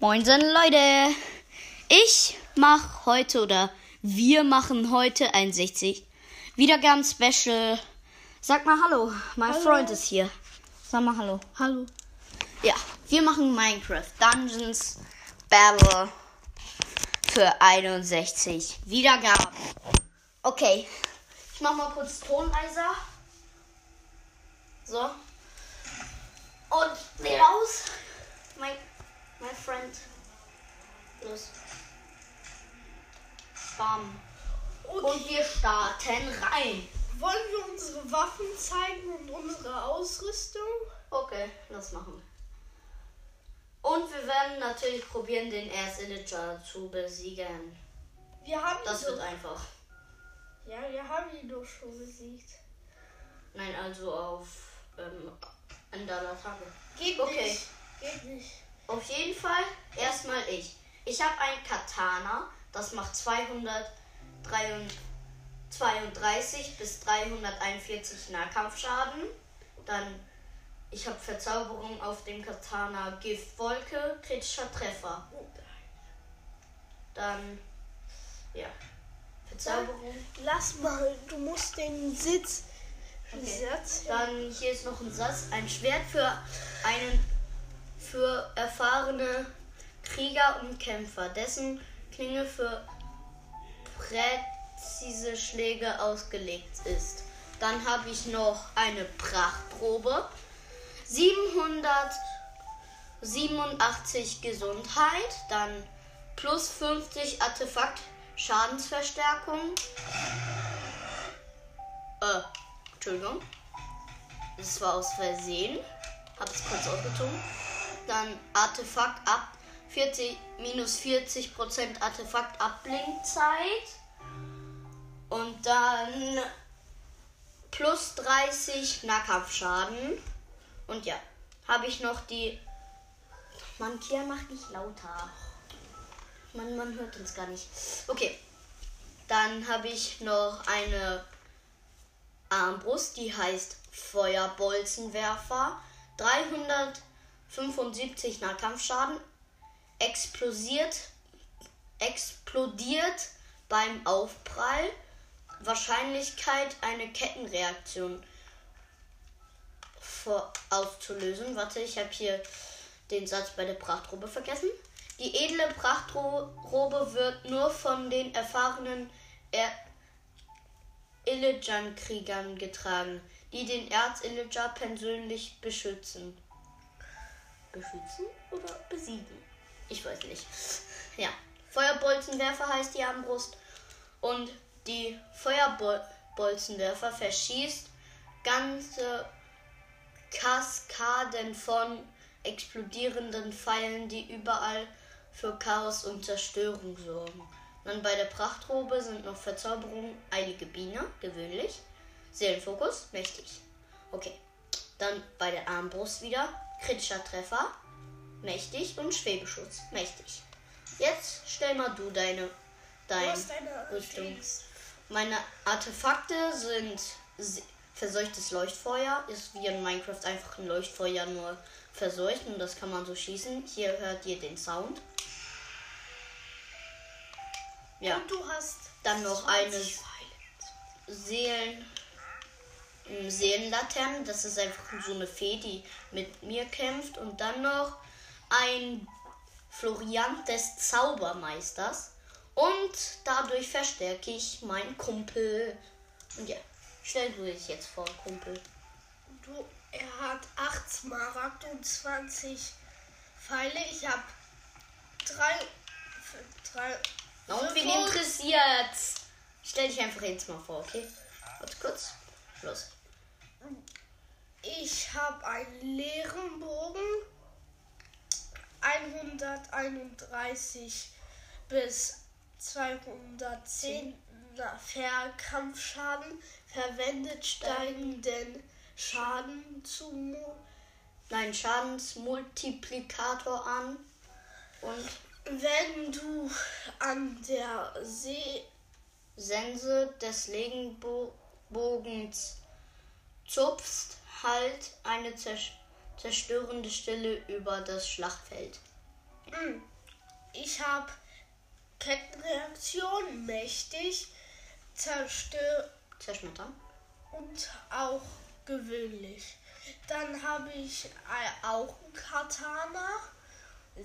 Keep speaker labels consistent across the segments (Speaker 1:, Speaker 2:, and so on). Speaker 1: Moinsen Leute! Ich mach heute oder wir machen heute ein 60 Wiedergaben Special. Sag mal Hallo, mein
Speaker 2: Hallo.
Speaker 1: Freund ist hier. Sag mal Hallo.
Speaker 2: Hallo.
Speaker 1: Ja, wir machen Minecraft Dungeons Battle für 61 Wiedergaben. Okay, ich mach mal kurz Ton leiser. So. Und seh raus. Mein, mein Freund. Los. Bam. Und wir starten rein.
Speaker 2: Wollen wir unsere Waffen zeigen und unsere Ausrüstung?
Speaker 1: Okay, das machen wir. Und wir werden natürlich probieren, den erst Illager zu besiegen.
Speaker 2: Wir haben
Speaker 1: Das
Speaker 2: ihn
Speaker 1: wird
Speaker 2: doch.
Speaker 1: einfach.
Speaker 2: Ja, wir haben ihn doch schon besiegt.
Speaker 1: Nein, also auf ähm, Endalatake.
Speaker 2: Geht
Speaker 1: Okay.
Speaker 2: nicht. Geht nicht.
Speaker 1: Auf jeden Fall erstmal ich. Ich habe ein Katana, das macht 232 bis 341 Nahkampfschaden. Dann, ich habe Verzauberung auf dem Katana Giftwolke, kritischer Treffer.
Speaker 2: Oh,
Speaker 1: Dann, ja. Verzauberung.
Speaker 2: Lass mal, du musst den Sitz.
Speaker 1: Okay.
Speaker 2: Sitz?
Speaker 1: Dann hier ist noch ein Satz. Ein Schwert für einen für erfahrene Krieger und Kämpfer, dessen Klinge für präzise Schläge ausgelegt ist. Dann habe ich noch eine Prachtprobe. 787 Gesundheit, dann plus 50 Artefakt Schadensverstärkung. Äh, Entschuldigung. Das war aus Versehen. Hab es kurz aufgezogen. Dann Artefakt ab. 40, minus 40% Artefakt Abblinkzeit. Und dann plus 30 Nahkampfschaden. Und ja, habe ich noch die. Mann, Kia, mach dich lauter. Mann, man hört uns gar nicht. Okay. Dann habe ich noch eine Armbrust, die heißt Feuerbolzenwerfer. 375 Nahkampfschaden. Explosiert, explodiert beim Aufprall. Wahrscheinlichkeit, eine Kettenreaktion vor, auszulösen. Warte, ich habe hier den Satz bei der Prachtrobe vergessen. Die edle Prachtrobe wird nur von den erfahrenen er Illejan-Kriegern getragen, die den Erz-Illejar persönlich beschützen. Beschützen oder besiegen? Ich weiß nicht. Ja, Feuerbolzenwerfer heißt die Armbrust. Und die Feuerbolzenwerfer verschießt ganze Kaskaden von explodierenden Pfeilen, die überall für Chaos und Zerstörung sorgen. Dann bei der Prachtrobe sind noch Verzauberungen, einige Biene, gewöhnlich. Seelenfokus, mächtig. Okay. Dann bei der Armbrust wieder kritischer Treffer, mächtig und Schwebeschutz, mächtig. Jetzt stell mal du deine,
Speaker 2: Du
Speaker 1: dein
Speaker 2: hast deine
Speaker 1: Rüstung. Meine Artefakte sind se- verseuchtes Leuchtfeuer. Ist wie in Minecraft einfach ein Leuchtfeuer nur verseucht und das kann man so schießen. Hier hört ihr den Sound. Ja,
Speaker 2: Und du hast.
Speaker 1: dann noch
Speaker 2: 20
Speaker 1: eine
Speaker 2: Pfeile.
Speaker 1: Seelen. ähm, Seelenlaterne, das ist einfach so eine Fee, die mit mir kämpft. Und dann noch ein Florian des Zaubermeisters. Und dadurch verstärke ich meinen Kumpel. Und ja, stell du dich jetzt vor, Kumpel.
Speaker 2: Du, er hat 8 Smaragd und 20 Pfeile. Ich habe 3. 3
Speaker 1: Na und wen interessiert's? Stell dich einfach jetzt mal vor, okay? Warte kurz. Los.
Speaker 2: Ich habe einen leeren Bogen. 131 bis 210 Na- Verkampfschaden. Verwendet steigenden Schaden zu.
Speaker 1: Nein, Schadensmultiplikator an. Und
Speaker 2: Wenn du an der See
Speaker 1: Sense des Regenbogens zupfst, halt eine zersch- zerstörende Stille über das Schlachtfeld.
Speaker 2: Mm. Ich habe Kettenreaktion, mächtig, zerstör
Speaker 1: Zerschmettern.
Speaker 2: und auch gewöhnlich. Dann habe ich ei- auch einen Katana,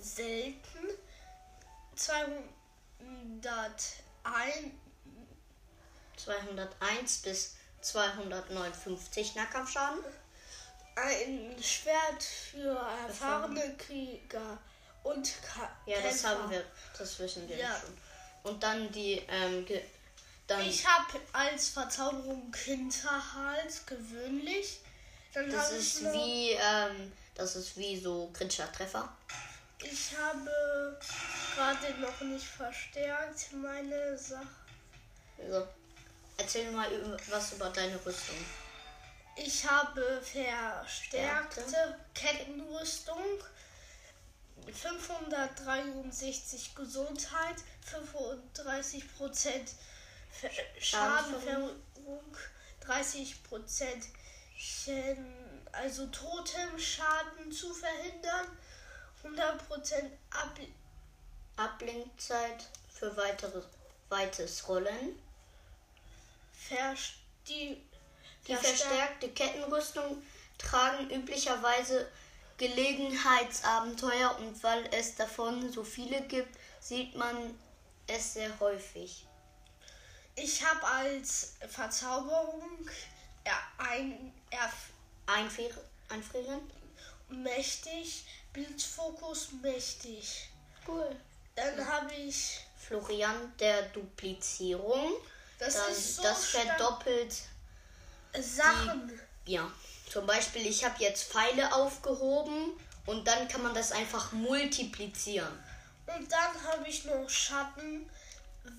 Speaker 2: selten, 201,
Speaker 1: 201 bis 259 Nahkampfschaden.
Speaker 2: ein Schwert für erfahrene Krieger und Ka
Speaker 1: Ja, das
Speaker 2: Kämpfer.
Speaker 1: haben wir, das wissen wir
Speaker 2: Ja.
Speaker 1: schon. Und dann die, ähm, ge- dann
Speaker 2: Ich habe als Verzauberung Hinterhalt, gewöhnlich. Dann
Speaker 1: Das
Speaker 2: habe
Speaker 1: ist
Speaker 2: ich noch,
Speaker 1: wie, ähm, das ist wie so kritischer Treffer.
Speaker 2: ich habe gerade noch nicht verstärkt meine Sache.
Speaker 1: Also, erzähl mal über, was über deine Rüstung.
Speaker 2: Ich habe verstärkte Kettenrüstung, 563 Gesundheit, 35% Ver- Schadenverringerung, 30% Schäden, also Totemschaden zu verhindern, 100% Ab
Speaker 1: Ablenkzeit für weitere, weites Rollen.
Speaker 2: Verst die,
Speaker 1: Die
Speaker 2: verstärk-
Speaker 1: verstärkte Kettenrüstung tragen üblicherweise Gelegenheitsabenteuer und weil es davon so viele gibt, sieht man es sehr häufig.
Speaker 2: Ich habe als Verzauberung ja, ein Erf
Speaker 1: Einfrieren? Einfrieren?
Speaker 2: mächtig, Blitzfokus mächtig.
Speaker 1: Cool.
Speaker 2: Dann habe ich,
Speaker 1: Florian der Duplizierung.
Speaker 2: das
Speaker 1: Dann,
Speaker 2: ist so
Speaker 1: das
Speaker 2: stark-
Speaker 1: verdoppelt
Speaker 2: Sachen.
Speaker 1: Ja, zum Beispiel, ich habe jetzt Pfeile aufgehoben und dann kann man das einfach multiplizieren.
Speaker 2: Und dann habe ich noch Schatten.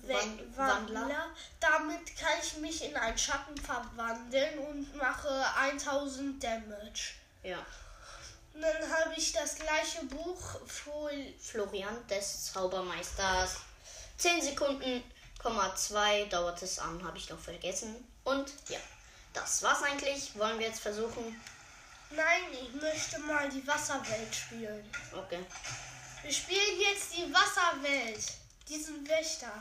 Speaker 1: Wan-
Speaker 2: Wandler.
Speaker 1: Wandler.
Speaker 2: Damit kann ich mich in einen Schatten verwandeln und mache 1000 Damage.
Speaker 1: Ja.
Speaker 2: Und dann habe ich das gleiche Buch Fol
Speaker 1: Florian des Zaubermeisters. 10 Sekunden, Komma 2 dauert es an, habe ich noch vergessen. Und ja, das war's eigentlich. Wollen wir jetzt versuchen.
Speaker 2: Nein, ich möchte mal die Wasserwelt spielen.
Speaker 1: Okay.
Speaker 2: Wir spielen jetzt die Wasserwelt. Diesen Wächter.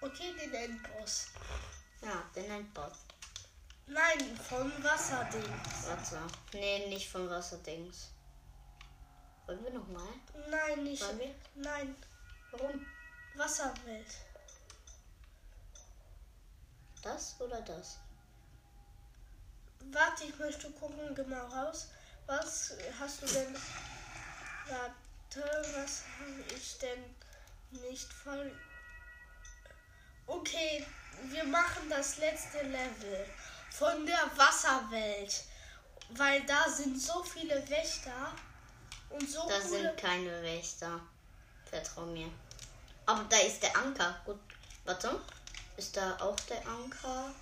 Speaker 2: Okay, den Endboss.
Speaker 1: Ja, den Endboss.
Speaker 2: Nein, von Wasserding.
Speaker 1: Wasser. Nee, nicht von Wasserdings. Wollen wir nochmal?
Speaker 2: Nein, nicht.
Speaker 1: Wollen wir?
Speaker 2: Nein,
Speaker 1: Warum?
Speaker 2: Wasserwelt.
Speaker 1: Das oder das?
Speaker 2: Warte, ich möchte gucken genau raus. Was hast du denn. Warte, was habe ich denn nicht voll. Okay, wir machen das letzte Level von der Wasserwelt. Weil da sind so viele Wächter und so
Speaker 1: Da
Speaker 2: coole.
Speaker 1: sind keine Wächter. Vertrau mir. Aber da ist der Anker. Gut. Warte. Ist da auch der Anker?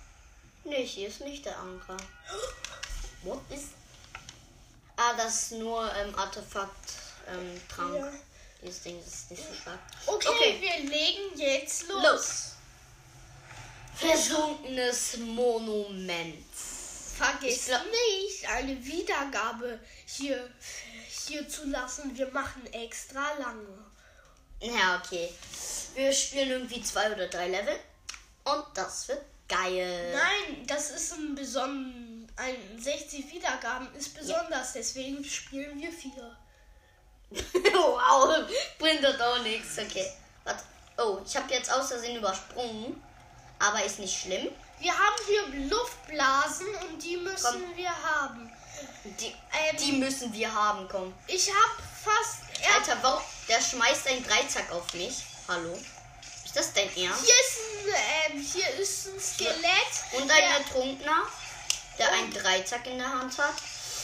Speaker 1: Nee, hier ist nicht der Anker. What ist. Ah, das ist nur ähm, Artefakt. Ähm, Trank.
Speaker 2: Ja.
Speaker 1: Dieses Ding ist nicht so stark.
Speaker 2: okay,
Speaker 1: Okay.
Speaker 2: wir legen jetzt los.
Speaker 1: Los! Versunkenes Monument.
Speaker 2: Vergiss
Speaker 1: Ich glaub-
Speaker 2: nicht, eine Wiedergabe hier, hier zu lassen. Wir machen extra lange.
Speaker 1: Ja, okay. Wir spielen irgendwie zwei oder drei Level. Und das wird geil.
Speaker 2: Nein, das ist ein beson ein 60 Wiedergaben ist besonders, deswegen spielen wir vier.
Speaker 1: wow, bringt das auch nichts. Okay. Warte. Oh, ich habe jetzt aus Versehen übersprungen. Aber ist nicht schlimm.
Speaker 2: Wir haben hier Luftblasen und die müssen
Speaker 1: Komm.
Speaker 2: wir haben.
Speaker 1: Die,
Speaker 2: Ähm.
Speaker 1: die müssen wir haben, komm.
Speaker 2: Ich habe fast er
Speaker 1: Alter, warum? Der schmeißt einen Dreizack auf mich. Hallo? Ist das dein Ernst?
Speaker 2: hier ist ein, ähm, hier ist ein Skelett
Speaker 1: Und ein Ertrunkener, der einen Dreizack in der Hand hat.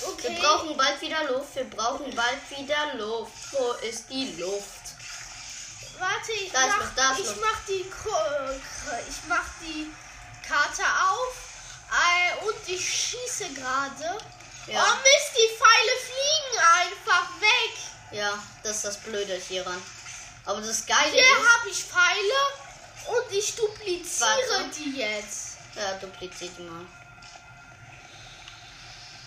Speaker 2: der, okay.
Speaker 1: Wir brauchen bald wieder Luft. Wir brauchen bald wieder Luft. Wo ist die Luft?
Speaker 2: Warte, ich
Speaker 1: Da ist
Speaker 2: mach,
Speaker 1: noch, da ist
Speaker 2: ich
Speaker 1: noch.
Speaker 2: mach die Ko- äh, ich mach die Karte auf äh, und ich schieße gerade.
Speaker 1: Ja.
Speaker 2: Oh Mist, die Pfeile fliegen einfach weg.
Speaker 1: Ja, das ist das Blöde hieran. Aber das Geile
Speaker 2: Hier
Speaker 1: ist.
Speaker 2: habe ich Pfeile und ich dupliziere
Speaker 1: Warte.
Speaker 2: die jetzt.
Speaker 1: Ja, dupliziert mal.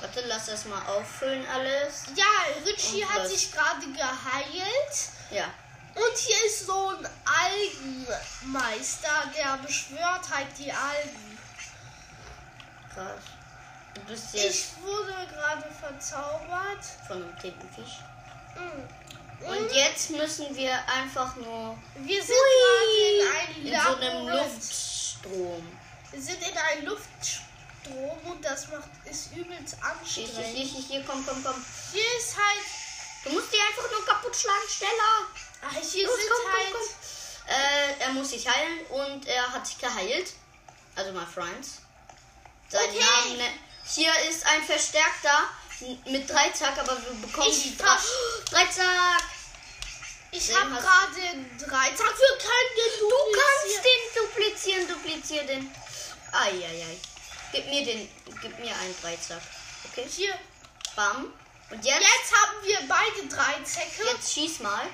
Speaker 1: Warte, lass das mal auffüllen alles.
Speaker 2: Ja, Richie
Speaker 1: Und
Speaker 2: hat
Speaker 1: was?
Speaker 2: sich gerade geheilt
Speaker 1: Ja.
Speaker 2: Und hier ist so ein Algenmeister, der beschwört halt die Algen.
Speaker 1: Krass. Du bist jetzt
Speaker 2: Ich wurde gerade verzaubert.
Speaker 1: von einem Tintenfisch.
Speaker 2: Mm.
Speaker 1: Und jetzt müssen wir einfach nur
Speaker 2: wir sind gerade
Speaker 1: in
Speaker 2: in
Speaker 1: so
Speaker 2: einem
Speaker 1: einem
Speaker 2: Labyrinth.
Speaker 1: Luftstrom.
Speaker 2: Wir sind in einem Luftstrom und das macht ist übelst
Speaker 1: Hier, hier,
Speaker 2: anstrengend.
Speaker 1: hier, hier, hier, komm, komm, komm.
Speaker 2: Hier ist halt,
Speaker 1: Du musst die einfach nur kaputt schlagen, schneller.
Speaker 2: ah, hier
Speaker 1: Los,
Speaker 2: sind
Speaker 1: komm, komm,
Speaker 2: halt,
Speaker 1: komm. Äh, er muss sich heilen und er hat sich geheilt. Also my friends. Sein
Speaker 2: Okay.
Speaker 1: Name. ne- Hier ist ein Verstärkter n- mit Dreizack, aber wir bekommen
Speaker 2: Ich
Speaker 1: die
Speaker 2: hab-
Speaker 1: Dra- Dreizack.
Speaker 2: ich
Speaker 1: Wen
Speaker 2: habe
Speaker 1: hast-
Speaker 2: gerade einen Dreizack. Wir können den
Speaker 1: Du kannst den
Speaker 2: duplizieren.
Speaker 1: duplizieren, duplizier den. Eieiei. Gib mir den, gib mir einen Dreizack. Okay.
Speaker 2: Hier,
Speaker 1: Bam. Und jetzt, jetzt,
Speaker 2: jetzt haben wir beide Dreizacke.
Speaker 1: schieß mal.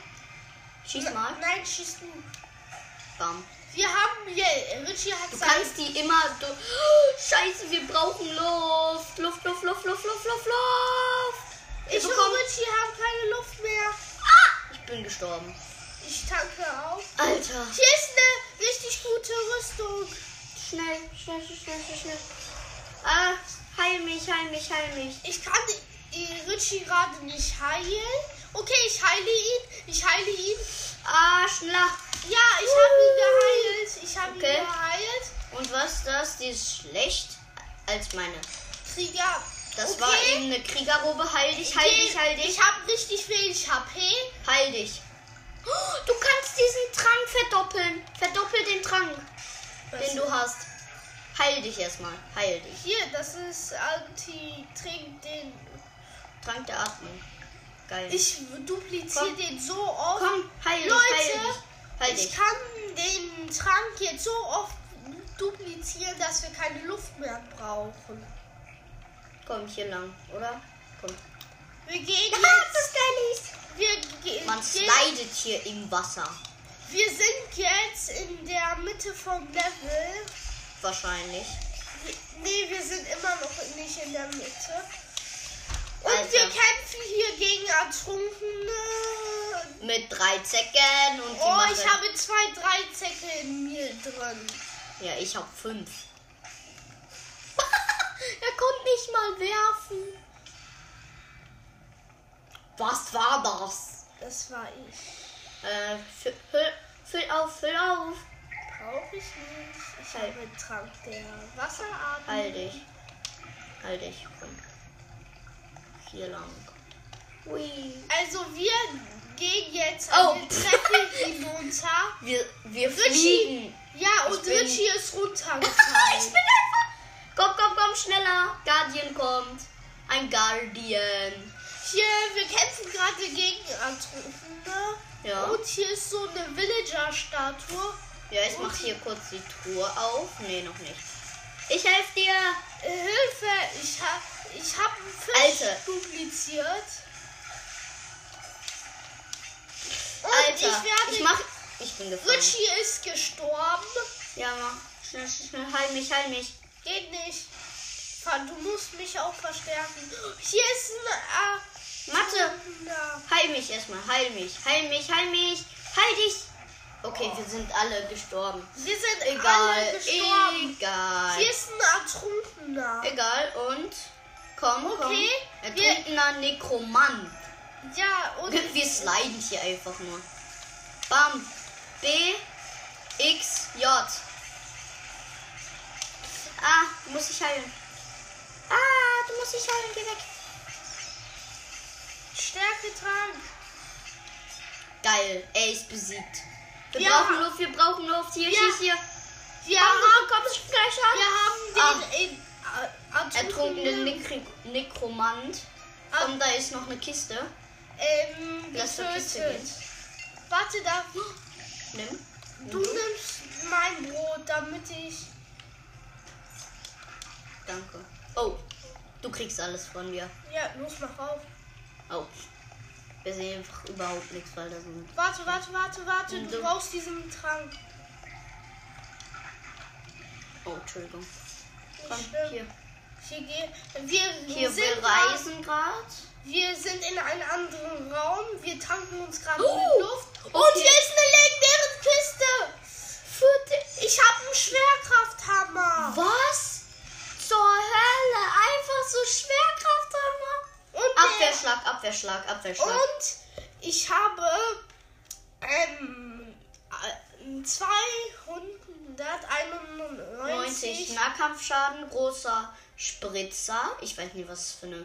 Speaker 1: Schieß mal.
Speaker 2: Nein, schieß du.
Speaker 1: Bam.
Speaker 2: Wir haben hier, Richie hat
Speaker 1: Du
Speaker 2: sein,
Speaker 1: kannst die immer. Du oh, Scheiße, wir brauchen Luft. Luft, Luft, Luft, Luft, Luft, Luft, Luft.
Speaker 2: ich und
Speaker 1: bekomme-
Speaker 2: Richie haben keine Luft mehr.
Speaker 1: Ah! Ich bin gestorben.
Speaker 2: Ich tanke auf.
Speaker 1: Alter.
Speaker 2: Hier ist eine richtig gute Rüstung.
Speaker 1: Schnell, schnell, schnell, schnell, schnell, schnell. Ah, heil mich, heil mich, heil mich.
Speaker 2: Ich kann äh, Richie gerade nicht heilen. Okay, ich heile ihn. Ich heile ihn.
Speaker 1: Ah, schneller.
Speaker 2: Ja, ich habe ihn geheilt. Ich habe
Speaker 1: Okay.
Speaker 2: ihn geheilt.
Speaker 1: Und was ist das? Die ist schlecht als meine.
Speaker 2: Krieger.
Speaker 1: Das
Speaker 2: okay.
Speaker 1: war eben eine Kriegerrobe. Heil dich, heil
Speaker 2: Okay,
Speaker 1: dich, heil dich.
Speaker 2: Ich habe richtig wenig HP.
Speaker 1: Heil dich. Oh, Du kannst diesen Trank verdoppeln. Verdoppel den Trank, den du hast. Heil dich erstmal. Heil dich.
Speaker 2: Hier, das ist Anti-Trink den.
Speaker 1: Trank der Atmung. Geil.
Speaker 2: Ich dupliziere
Speaker 1: Komm.
Speaker 2: den so oft.
Speaker 1: Komm, heil dich,
Speaker 2: Leute,
Speaker 1: heil dich. Heil
Speaker 2: Ich
Speaker 1: dich.
Speaker 2: kann den Trank jetzt so oft duplizieren, dass wir keine Luft mehr brauchen.
Speaker 1: Komm hier lang, oder? Komm.
Speaker 2: Wir gehen
Speaker 1: das
Speaker 2: jetzt.
Speaker 1: geil
Speaker 2: Wir ge
Speaker 1: Man
Speaker 2: gehen
Speaker 1: slidet hier im Wasser.
Speaker 2: Wir sind jetzt in der Mitte vom Level.
Speaker 1: Wahrscheinlich.
Speaker 2: Nee, wir sind immer noch nicht in der Mitte. Und
Speaker 1: Alter.
Speaker 2: wir kämpfen hier gegen Ertrunkene.
Speaker 1: Mit drei Zecken und die
Speaker 2: Oh,
Speaker 1: machen-
Speaker 2: ich habe zwei Dreizacke in mir drin.
Speaker 1: Ja, ich hab fünf. er konnte nicht mal werfen. Was war das?
Speaker 2: Das war ich.
Speaker 1: Äh, fü- füll, füll auf, füll auf.
Speaker 2: Brauche ich nicht. Ich
Speaker 1: Halt.
Speaker 2: habe einen Trank der Wasserart.
Speaker 1: Heil dich. Heil dich, komm. Hier lang. Ui.
Speaker 2: Also wir gehen jetzt
Speaker 1: Oh.
Speaker 2: eine Treppe hinunter.
Speaker 1: Wir, wir
Speaker 2: Richie.
Speaker 1: fliegen.
Speaker 2: Ja, und
Speaker 1: bin-
Speaker 2: Richie
Speaker 1: ich
Speaker 2: ist runtergefallen.
Speaker 1: bin einfach. Komm, komm, komm, schneller. Guardian kommt. Ein Guardian.
Speaker 2: Hier, wir kämpfen gerade gegen Ertrunkene.
Speaker 1: Ja.
Speaker 2: Und hier ist so eine Villager-Statue.
Speaker 1: Ja, ich mach hier kurz die Truhe auf. Nee, noch nicht. Ich helfe dir.
Speaker 2: Äh, Hilfe, ich hab, ich hab einen Fisch
Speaker 1: Alter.
Speaker 2: dupliziert. Und
Speaker 1: Alter,
Speaker 2: ich werde...
Speaker 1: ich mach. Ich bin gefangen.
Speaker 2: Richie ist gestorben.
Speaker 1: Ja, mach. Schnell, schnell, schnell. Heil mich, heil mich.
Speaker 2: Geht nicht. Fa- Du musst mich auch verstärken. Hier ist ein...
Speaker 1: Mathe.
Speaker 2: Äh, na,
Speaker 1: Heil mich erstmal. Heil mich. Heil mich, heil mich. Heil dich. Okay, wir sind alle gestorben.
Speaker 2: wir sind
Speaker 1: Egal.
Speaker 2: alle gestorben.
Speaker 1: Egal.
Speaker 2: Hier ist ein Ertrunkener.
Speaker 1: Egal, und komm,
Speaker 2: Okay,
Speaker 1: komm.
Speaker 2: wir-
Speaker 1: Ertrunkener Nekromant.
Speaker 2: Ja, und...
Speaker 1: Wir sliden hier einfach nur. Bam. B, X, J. Ah, du musst dich heilen. Ah, du musst dich heilen, geh weg.
Speaker 2: Stärke Trank.
Speaker 1: Geil, er ist besiegt. Wir
Speaker 2: Ja.
Speaker 1: brauchen Luft, wir brauchen Luft. Hier,
Speaker 2: Ja.
Speaker 1: hier, hier.
Speaker 2: Wir
Speaker 1: Komm,
Speaker 2: haben,
Speaker 1: komm, Ah. komm, ich gleich an.
Speaker 2: wir haben den in, äh,
Speaker 1: Ertrunkenen Nekri Nekromant.
Speaker 2: Ah.
Speaker 1: Komm, da ist noch eine Kiste.
Speaker 2: ähm,
Speaker 1: Lass zur Kiste
Speaker 2: getötet.
Speaker 1: gehen. Mhm.
Speaker 2: Warte da,
Speaker 1: Nimm.
Speaker 2: du nimmst mein Brot, damit ich.
Speaker 1: Danke. Oh, du kriegst alles von mir.
Speaker 2: Ja, los, mach auf.
Speaker 1: Oh. Wir sehen einfach überhaupt nichts, weil da sind.
Speaker 2: Warte, warte, warte, warte. Du
Speaker 1: Du-
Speaker 2: brauchst diesen Trank.
Speaker 1: Oh, Entschuldigung.
Speaker 2: Nicht
Speaker 1: Komm,
Speaker 2: schlimm.
Speaker 1: hier.
Speaker 2: Hier gehen. Wir
Speaker 1: Hier,
Speaker 2: sind
Speaker 1: wir
Speaker 2: grad-
Speaker 1: reisen gerade.
Speaker 2: Wir sind in einem anderen Raum. Wir tanken uns gerade
Speaker 1: Oh,
Speaker 2: mit Luft.
Speaker 1: und hier Abwehrschlag.
Speaker 2: Und ich habe ähm, äh,
Speaker 1: 90
Speaker 2: 291
Speaker 1: Nahkampfschaden, großer Spritzer. Ich weiß nicht, was es für eine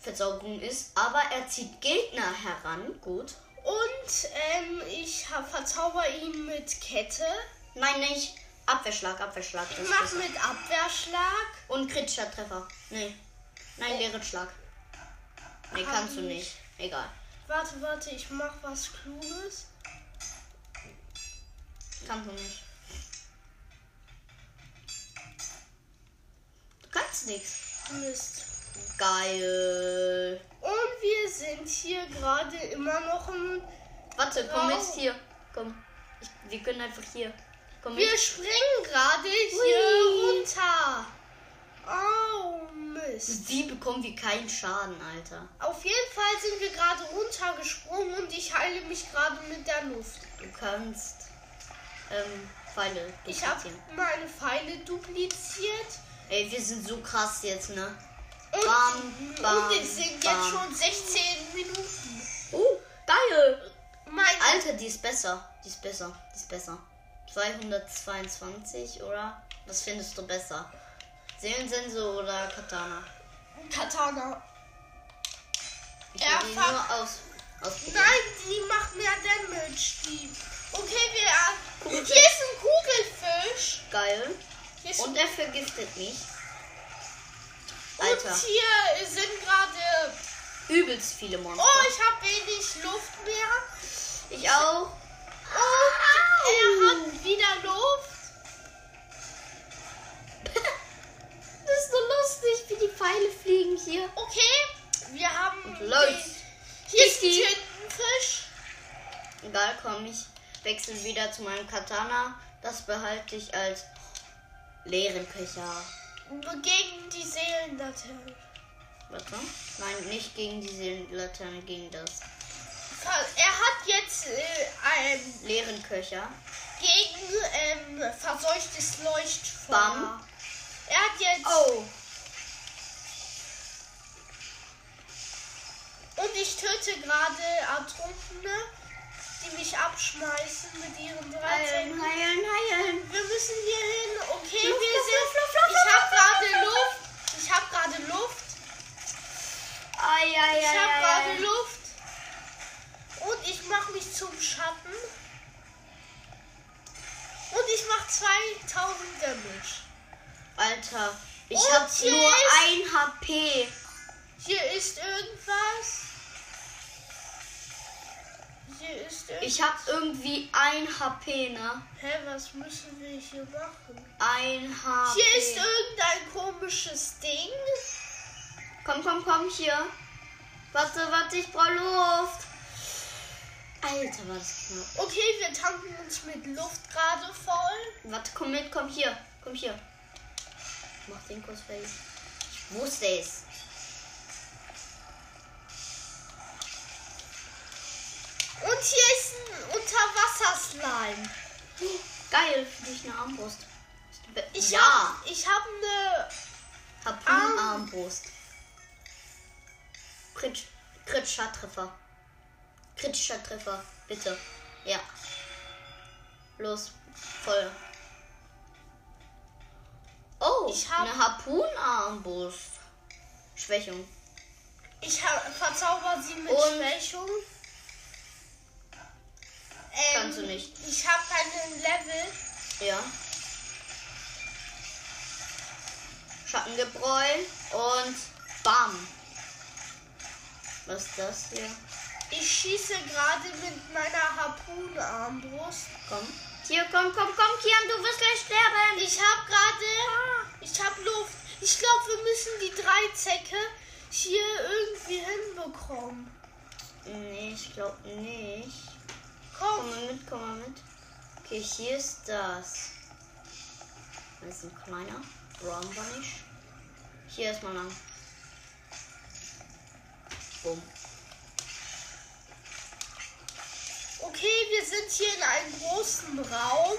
Speaker 1: Versaugung ist, aber er zieht Gegner heran. Gut.
Speaker 2: und ähm, ich hab- verzauber ihn mit Kette,
Speaker 1: Nein, nicht. Abwehrschlag, Abwehrschlag. das ist
Speaker 2: mach
Speaker 1: besser.
Speaker 2: mit Abwehrschlag.
Speaker 1: Und kritischer Treffer. Nee.
Speaker 2: Oh.
Speaker 1: Nein, leeren Schlag. Nee, kannst du nicht. Egal.
Speaker 2: Warte, warte, ich mach was Kluges.
Speaker 1: Kannst du nicht. Du kannst nichts.
Speaker 2: Mist.
Speaker 1: Geil.
Speaker 2: Und wir sind hier gerade immer noch im.
Speaker 1: Warte, komm
Speaker 2: Wow.
Speaker 1: jetzt hier. Komm. Ich, wir können einfach hier. Komm
Speaker 2: Wir
Speaker 1: jetzt.
Speaker 2: springen gerade hier
Speaker 1: Hui.
Speaker 2: runter. Oh, Mist.
Speaker 1: Wie bekommen wir keinen Schaden, Alter?
Speaker 2: Auf jeden Fall sind wir gerade runtergesprungen und ich heile mich gerade mit der Luft.
Speaker 1: Du kannst ähm, Pfeile
Speaker 2: Ich habe
Speaker 1: duplizieren.
Speaker 2: meine Pfeile dupliziert.
Speaker 1: Ey, wir sind so krass jetzt, ne?
Speaker 2: Und,
Speaker 1: Bam, bam,
Speaker 2: und es sind
Speaker 1: bam.
Speaker 2: jetzt schon 16 Minuten.
Speaker 1: Oh, geil.
Speaker 2: Mein
Speaker 1: Alter, die ist besser. Die ist besser. Die ist besser. 222, oder? Was findest du besser? Seelensensor oder Katana?
Speaker 2: Katana.
Speaker 1: Ich
Speaker 2: Ja,
Speaker 1: will die
Speaker 2: fuck.
Speaker 1: nur aus, ausprobieren.
Speaker 2: Nein, die macht mehr Damage. Die. Okay, wir. Hier ist ein Kugelfisch.
Speaker 1: Geil.
Speaker 2: Hier ist
Speaker 1: Und er vergiftet mich.
Speaker 2: ein, und
Speaker 1: Alter,
Speaker 2: hier sind gerade.
Speaker 1: übelst viele Monster.
Speaker 2: Oh, ich habe wenig Luft mehr. Oh.
Speaker 1: Ich auch.
Speaker 2: Und er hat wieder Luft.
Speaker 1: Das ist so lustig, wie die Pfeile fliegen hier.
Speaker 2: Okay, wir haben.
Speaker 1: Läuft.
Speaker 2: Hier ist ein
Speaker 1: Tiki.
Speaker 2: Tintenfisch.
Speaker 1: Egal, komm, ich wechsle wieder zu meinem Katana. Das behalte ich als leeren Köcher.
Speaker 2: Gegen die Seelenlaterne.
Speaker 1: Warte. Nein, nicht gegen die Seelenlaterne, gegen das
Speaker 2: Ver- Er hat jetzt äh, ein
Speaker 1: leeren Köcher.
Speaker 2: gegen ähm, verseuchtes Leuchtfeuer.
Speaker 1: Bam.
Speaker 2: Er hat jetzt.
Speaker 1: Oh.
Speaker 2: Und ich töte gerade Ertrunkene, die mich abschmeißen mit ihren 13.
Speaker 1: heilen.
Speaker 2: Wir müssen hier hin. Okay,
Speaker 1: Ähm. Luft,
Speaker 2: wir
Speaker 1: Luft, Luft, Luft, Luft, Luft, Luft, Luft,
Speaker 2: sind. ich habe gerade
Speaker 1: Luft,
Speaker 2: Luft. Ich habe gerade Luft.
Speaker 1: Ai, ai,
Speaker 2: Ich
Speaker 1: ai,
Speaker 2: habe
Speaker 1: ai,
Speaker 2: gerade
Speaker 1: ai.
Speaker 2: Luft. Und ich mache mich zum Schatten. Und ich mache 2000 Damage.
Speaker 1: Alter, ich
Speaker 2: Und
Speaker 1: hab
Speaker 2: hier
Speaker 1: nur
Speaker 2: ist-
Speaker 1: ein HP.
Speaker 2: Hier ist irgendwas. Hier ist irgendwas.
Speaker 1: Ich hab irgendwie ein HP, ne?
Speaker 2: Hä, was müssen wir hier machen?
Speaker 1: Ein HP.
Speaker 2: Hier ist irgendein komisches Ding.
Speaker 1: Komm, komm, komm hier. Warte, warte, ich brauche Luft. Alter, war das knapp.
Speaker 2: Okay, wir tanken uns mit Luft gerade voll.
Speaker 1: Warte, komm mit, komm hier. Komm hier. Mach den kurz fertig. Ich wusste es.
Speaker 2: Und hier ist ein Unterwasserslime.
Speaker 1: Geil, für dich eine Armbrust.
Speaker 2: Ich
Speaker 1: ja,
Speaker 2: Hab, ne- ich habe eine
Speaker 1: hab
Speaker 2: Arm-
Speaker 1: eine Armbrust. Krit- Kritischer Treffer. Kritischer Treffer, bitte. Ja. Los, Feuer. Oh,
Speaker 2: Ich hab-
Speaker 1: eine Harpunarmbrust. Schwächung.
Speaker 2: Ich ha- verzauber sie mit
Speaker 1: Und-
Speaker 2: Schwächung.
Speaker 1: Kannst du nicht.
Speaker 2: Ähm, Ich habe keinen Level.
Speaker 1: Ja. Schattengebräu und bam. Was ist das hier?
Speaker 2: Ich schieße gerade mit meiner Harpunenarmbrust.
Speaker 1: Komm. Hier, komm, komm, komm, Kian, du wirst gleich sterben.
Speaker 2: Ich habe gerade. Ich habe Luft. Ich glaube, wir müssen die drei Zecke hier irgendwie hinbekommen.
Speaker 1: Nee, ich glaube nicht. Komm
Speaker 2: Komm,
Speaker 1: mal mit, komm mal mit. Okay, hier ist das. Das ist ein kleiner. Brown Bunnish. Hier erstmal lang. Bumm.
Speaker 2: okay, wir sind hier in einem großen Raum.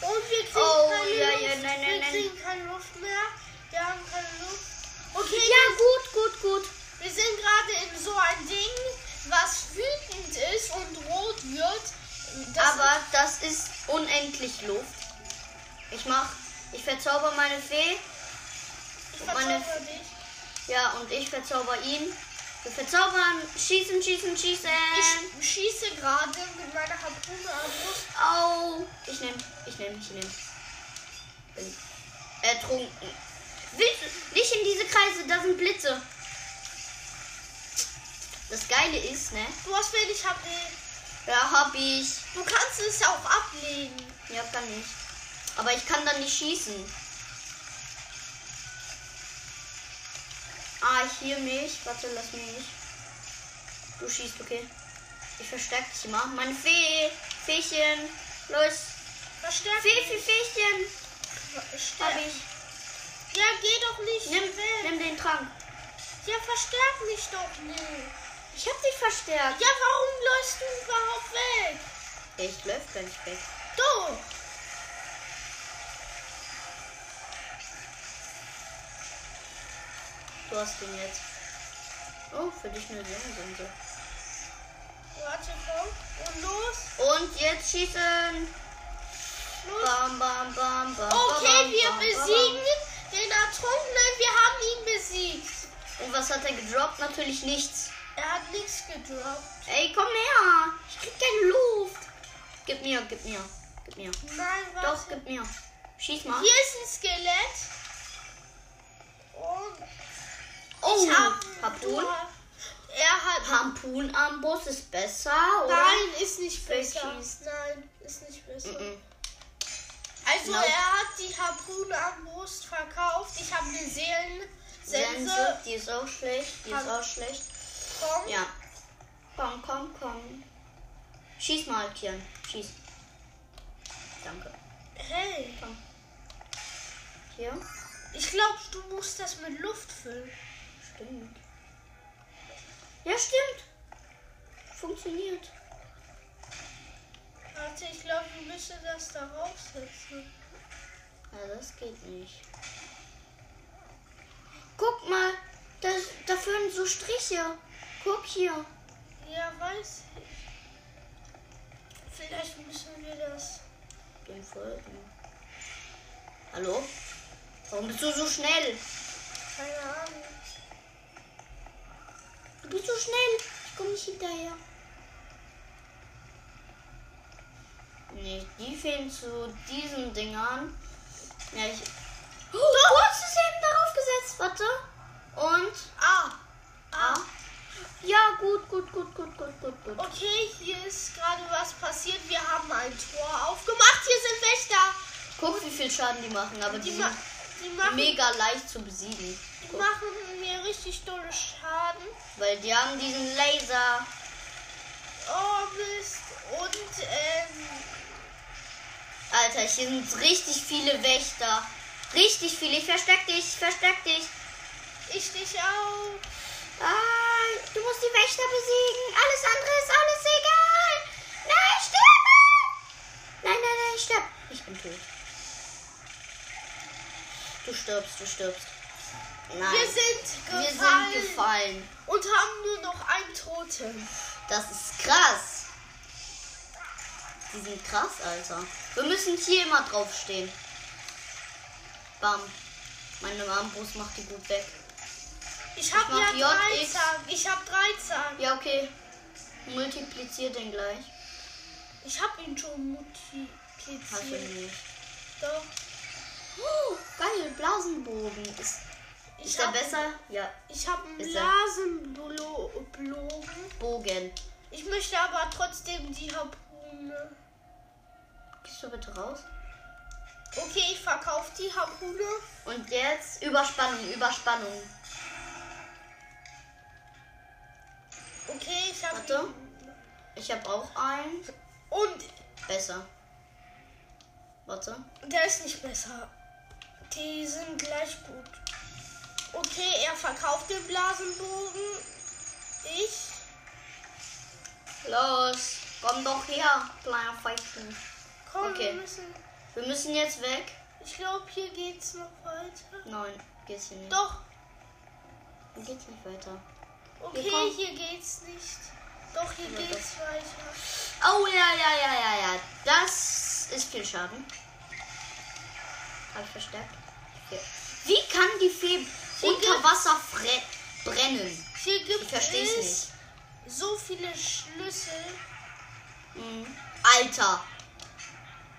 Speaker 2: Und wir kriegen,
Speaker 1: Oh,
Speaker 2: keine,
Speaker 1: ja,
Speaker 2: Luft.
Speaker 1: ja, nein, nein,
Speaker 2: wir
Speaker 1: nein.
Speaker 2: kriegen keine Luft mehr. Wir haben keine Luft. Okay,
Speaker 1: Ja, gut, gut, gut.
Speaker 2: Wir sind gerade in so ein Ding. was wütend ist und rot wird. Das
Speaker 1: Aber das ist unendlich Luft. Ich mach, ich verzauber meine Fee.
Speaker 2: ich
Speaker 1: und meine-
Speaker 2: verzauber dich.
Speaker 1: Ja, und ich verzauber ihn. Wir verzaubern, schießen, schießen, schießen. Ähm.
Speaker 2: Ich schieße gerade mit meiner Harpune an Brust.
Speaker 1: Au! Ich nehm, ich nehm, ich nehm. Bin ertrunken. Willst du nicht in diese Kreise, da sind Blitze. Das Geile ist, ne?
Speaker 2: Du hast wenig HP.
Speaker 1: Ja, hab ich.
Speaker 2: Du kannst es auch ablegen.
Speaker 1: Ja, kann ich. Aber ich kann dann nicht schießen. Ah, ich hier mich. Warte, lass mich nicht. Du schießt, okay. Ich verstärk dich immer. Meine Fee. Fähchen. Los.
Speaker 2: Verstärkt.
Speaker 1: Fee, Fee, Fähchen. Hab
Speaker 2: Verstärkt.
Speaker 1: ich.
Speaker 2: Ja, geh doch nicht
Speaker 1: Nimm,
Speaker 2: weg.
Speaker 1: nimm den Trank.
Speaker 2: Ja, verstärk mich doch nicht.
Speaker 1: Ich hab dich verstärkt.
Speaker 2: Ja, warum läufst du überhaupt weg?
Speaker 1: Ich läuft gar nicht weg.
Speaker 2: Du!
Speaker 1: Du hast ihn jetzt. Oh, für dich eine Sonnensense.
Speaker 2: Warte, komm. Und los,
Speaker 1: Und jetzt schießen.
Speaker 2: los.
Speaker 1: Bam, bam, bam, bam.
Speaker 2: Okay,
Speaker 1: bam,
Speaker 2: wir
Speaker 1: bam,
Speaker 2: besiegen den Ertrunkenen. Wir haben ihn besiegt.
Speaker 1: Bam. Und was hat er gedroppt? Natürlich nichts.
Speaker 2: Er hat nichts gedroppt.
Speaker 1: Ey, komm her. Ich krieg keine Luft. Gib mir, gib mir, gib mir.
Speaker 2: Nein, warte.
Speaker 1: Doch, gib mir. Schieß mal.
Speaker 2: Hier ist ein Skelett. Und
Speaker 1: Oh,
Speaker 2: ich hab...
Speaker 1: Harpun.
Speaker 2: Er hat...
Speaker 1: Harpunarmbrust ist besser, oder?
Speaker 2: Nein, ist nicht
Speaker 1: Vielleicht
Speaker 2: besser.
Speaker 1: schießt.
Speaker 2: Nein, ist nicht besser.
Speaker 1: Mhm.
Speaker 2: Also
Speaker 1: Genau.
Speaker 2: er hat die Harpune am Brust verkauft. Ich habe eine
Speaker 1: Sense,
Speaker 2: Seelensense
Speaker 1: die ist auch schlecht. Die ist
Speaker 2: Hab-
Speaker 1: auch schlecht.
Speaker 2: bekommen.
Speaker 1: Ja. Komm, komm, komm. Schieß mal, Kian. Schieß. Danke.
Speaker 2: Hey,
Speaker 1: Hier.
Speaker 2: ich glaube, du musst das mit Luft füllen.
Speaker 1: Stimmt. Ja, stimmt. Funktioniert.
Speaker 2: Warte, ich glaube, du müsstest das da raufsetzen.
Speaker 1: Ja, das geht nicht. Guck mal. Das, da führen so Striche. Guck hier.
Speaker 2: Ja, weiß ich. Vielleicht müssen wir das.
Speaker 1: Dem folgen. Hallo? Warum bist du so schnell?
Speaker 2: Keine Ahnung.
Speaker 1: Du bist so schnell. Ich komme nicht hinterher. Nee, die fehlen zu diesen Dingern. Ja, ich. Oh, du hast es eben darauf gesetzt. Warte. Und.
Speaker 2: Ah!
Speaker 1: Ah. Ja, gut, gut, gut, gut, gut, gut, gut.
Speaker 2: Okay, hier ist gerade was passiert. Wir haben ein Tor aufgemacht. Hier sind Wächter.
Speaker 1: Guck, wie viel Schaden die machen, aber die,
Speaker 2: Die, ma
Speaker 1: sind
Speaker 2: die machen
Speaker 1: mega leicht zu besiegen.
Speaker 2: Die machen mir richtig dolle Schaden.
Speaker 1: Weil die haben diesen Laser.
Speaker 2: Oh Mist. Und ähm,
Speaker 1: Alter, hier sind richtig viele Wächter. Richtig viele. Ich versteck dich, ich versteck dich.
Speaker 2: ich dich auch.
Speaker 1: Ah, du musst die Wächter besiegen. Alles andere ist alles egal. Nein, sterbe! Nein, nein, nein, ich sterb. Ich bin tot. Du stirbst, du stirbst. Nein.
Speaker 2: Wir sind
Speaker 1: Wir
Speaker 2: gefallen.
Speaker 1: sind gefallen.
Speaker 2: Und haben nur noch einen Toten.
Speaker 1: Das ist krass. Die sind krass, Alter. Wir müssen hier immer draufstehen. Bam. Meine Armbrust macht die gut weg.
Speaker 2: Ich habe
Speaker 1: mach
Speaker 2: ja
Speaker 1: JX.
Speaker 2: 13. Ich habe 13.
Speaker 1: Ja, okay. Multiplizier den gleich.
Speaker 2: Ich habe ihn schon
Speaker 1: Hast du
Speaker 2: multipliziert.
Speaker 1: nicht.
Speaker 2: Doch.
Speaker 1: Oh, geil, Blasenbogen. Ist,
Speaker 2: Ich
Speaker 1: ist der
Speaker 2: habe
Speaker 1: besser? Ja,
Speaker 2: ich hab einen
Speaker 1: Ist er-
Speaker 2: Blasenblogen.
Speaker 1: Bogen.
Speaker 2: Ich möchte aber trotzdem die Harpune.
Speaker 1: Gehst du bitte raus?
Speaker 2: Okay, ich verkaufe die Harpune.
Speaker 1: Und jetzt Überspannung, Überspannung.
Speaker 2: Okay, ich habe
Speaker 1: Warte. Ich habe auch einen.
Speaker 2: Und
Speaker 1: Besser. Warte.
Speaker 2: Der ist nicht besser. Die sind gleich gut. Okay, er verkauft den Blasenbogen. Ich.
Speaker 1: Los, komm doch her, kleiner Feigling.
Speaker 2: Komm,
Speaker 1: Okay.
Speaker 2: wir müssen.
Speaker 1: Wir müssen jetzt weg.
Speaker 2: Ich glaube, hier geht's noch weiter.
Speaker 1: Nein, geht's hier nicht.
Speaker 2: Doch.
Speaker 1: Geht's nicht weiter.
Speaker 2: Okay,
Speaker 1: komm.
Speaker 2: hier geht's nicht. Doch, hier geht's weiter.
Speaker 1: Oh ja, ja, ja, ja, ja. Das ist viel Schaden. Hab ich verstärkt. Okay. Wie kann die Fee
Speaker 2: Sie
Speaker 1: unter
Speaker 2: gibt-
Speaker 1: Wasser fre- brennen?
Speaker 2: Hier gibt
Speaker 1: Ich versteh's
Speaker 2: es so viele Schlüssel.
Speaker 1: Mhm. Alter.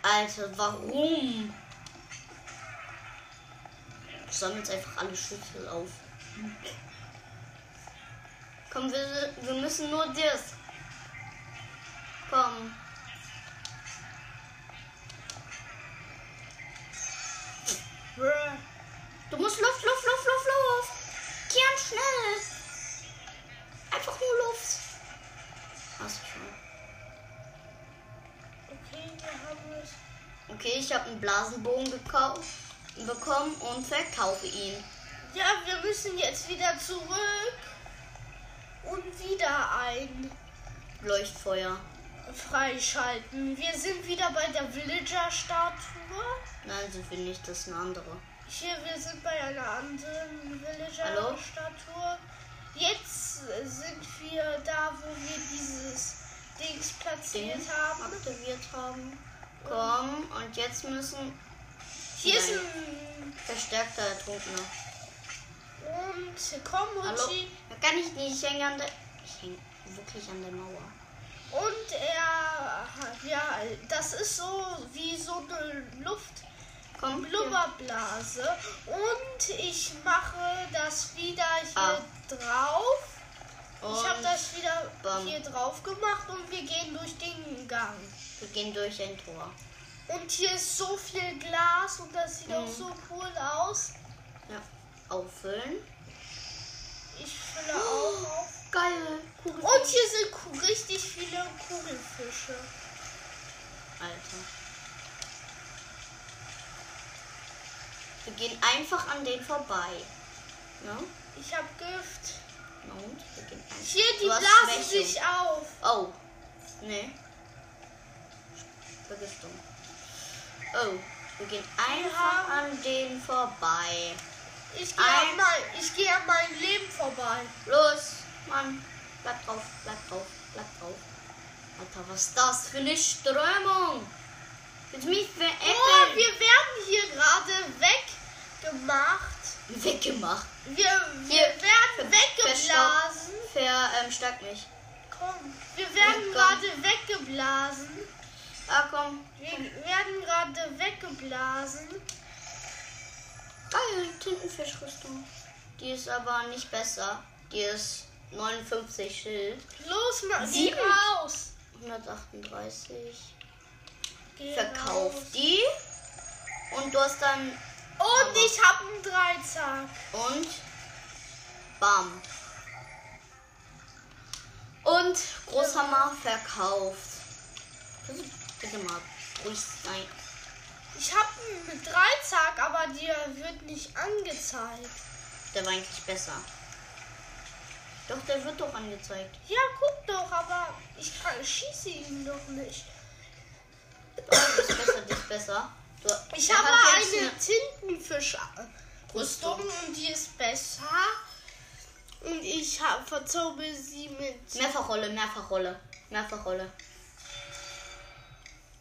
Speaker 1: Alter, warum? Ich sammle jetzt einfach alle Schlüssel auf. Komm, wir, wir müssen nur das. Komm.
Speaker 2: Brr.
Speaker 1: Du musst Luft, Luft, Luft, Luft, Luft. Kian, schnell. Einfach nur Luft. Hast du schon.
Speaker 2: Okay, wir haben es.
Speaker 1: Okay, ich habe einen Blasenbogen gekauft, bekommen und verkaufe ihn.
Speaker 2: Ja, wir müssen jetzt wieder zurück. Und wieder ein
Speaker 1: Leuchtfeuer.
Speaker 2: freischalten. Wir sind wieder bei der Villager-Statue.
Speaker 1: Nein, sind wir nicht, das ist eine andere.
Speaker 2: Hier, wir sind bei einer anderen
Speaker 1: Hallo?
Speaker 2: Villager-Statue. Jetzt sind wir da, wo wir dieses Dings platziert
Speaker 1: Ding
Speaker 2: haben.
Speaker 1: aktiviert haben. Komm, und jetzt müssen
Speaker 2: Hier ist
Speaker 1: Nein.
Speaker 2: ein...
Speaker 1: verstärkter Ertrunkener.
Speaker 2: Und komm,
Speaker 1: Hallo?
Speaker 2: Mutti.
Speaker 1: Da kann ich nicht, ich hänge an der... Ich hänge wirklich an der Mauer.
Speaker 2: Und er, ja, das ist so wie so eine
Speaker 1: Komm, hier.
Speaker 2: Luftblubberblase. Und ich mache das wieder hier
Speaker 1: Ah.
Speaker 2: drauf. ich habe
Speaker 1: Und
Speaker 2: das wieder
Speaker 1: bam.
Speaker 2: hier drauf gemacht und wir gehen durch den Gang.
Speaker 1: wir gehen durch ein Tor.
Speaker 2: Und hier ist so viel Glas und das sieht auch
Speaker 1: Mhm.
Speaker 2: so cool aus.
Speaker 1: Ja. Auffüllen.
Speaker 2: Ich fülle
Speaker 1: Oh.
Speaker 2: auch auf.
Speaker 1: Geil. Kugel.
Speaker 2: Und hier sind ku- richtig viele Kugelfische.
Speaker 1: Alter. Wir gehen einfach an den vorbei. Ne?
Speaker 2: Ich habe Gift.
Speaker 1: Und wir gehen einfach.
Speaker 2: Hier, die
Speaker 1: Du hast
Speaker 2: blasen
Speaker 1: Schwächung.
Speaker 2: sich auf.
Speaker 1: Oh. Nee. Vergiftung. Oh. Wir gehen einfach an den vorbei.
Speaker 2: Ich gehe an, mein, ich geh an mein Leben vorbei.
Speaker 1: Los, Mann. Bleib drauf, bleib drauf, bleib drauf. Alter, was ist das für eine Strömung? Willst du mich
Speaker 2: Oh,
Speaker 1: veräppeln?
Speaker 2: wir werden hier gerade weggemacht.
Speaker 1: Weggemacht.
Speaker 2: Wir, wir
Speaker 1: Hier,
Speaker 2: werden weggeblasen.
Speaker 1: Ver, ähm, stärkt mich.
Speaker 2: Komm, wir werden
Speaker 1: Komm.
Speaker 2: gerade weggeblasen.
Speaker 1: Ah, komm.
Speaker 2: Wir werden gerade weggeblasen.
Speaker 1: Geil, Tintenfischrüstung. Die ist aber nicht besser. Die ist 59 Schild.
Speaker 2: Los, mal, geh
Speaker 1: Sieben.
Speaker 2: raus.
Speaker 1: 138.
Speaker 2: Geh raus.
Speaker 1: verkauft die und du hast dann
Speaker 2: Und ich habe einen Dreizack.
Speaker 1: und bam. Und Großhammer verkauft. Kannst du Bitte mal ruhig sein.
Speaker 2: Ich habe einen Dreizack, aber dir wird nicht angezeigt.
Speaker 1: Der war eigentlich besser. Doch, der wird doch angezeigt.
Speaker 2: Ja, guck doch, aber ich kann, schieße ihn doch nicht.
Speaker 1: Doch, die ist besser, die ist besser. Du,
Speaker 2: Ich
Speaker 1: der
Speaker 2: habe
Speaker 1: hat jetzt
Speaker 2: eine Tintenfischrüstung und die ist besser. Und ich hab, verzauber sie mit.
Speaker 1: Mehrfachrolle, Mehrfachrolle, Mehrfachrolle.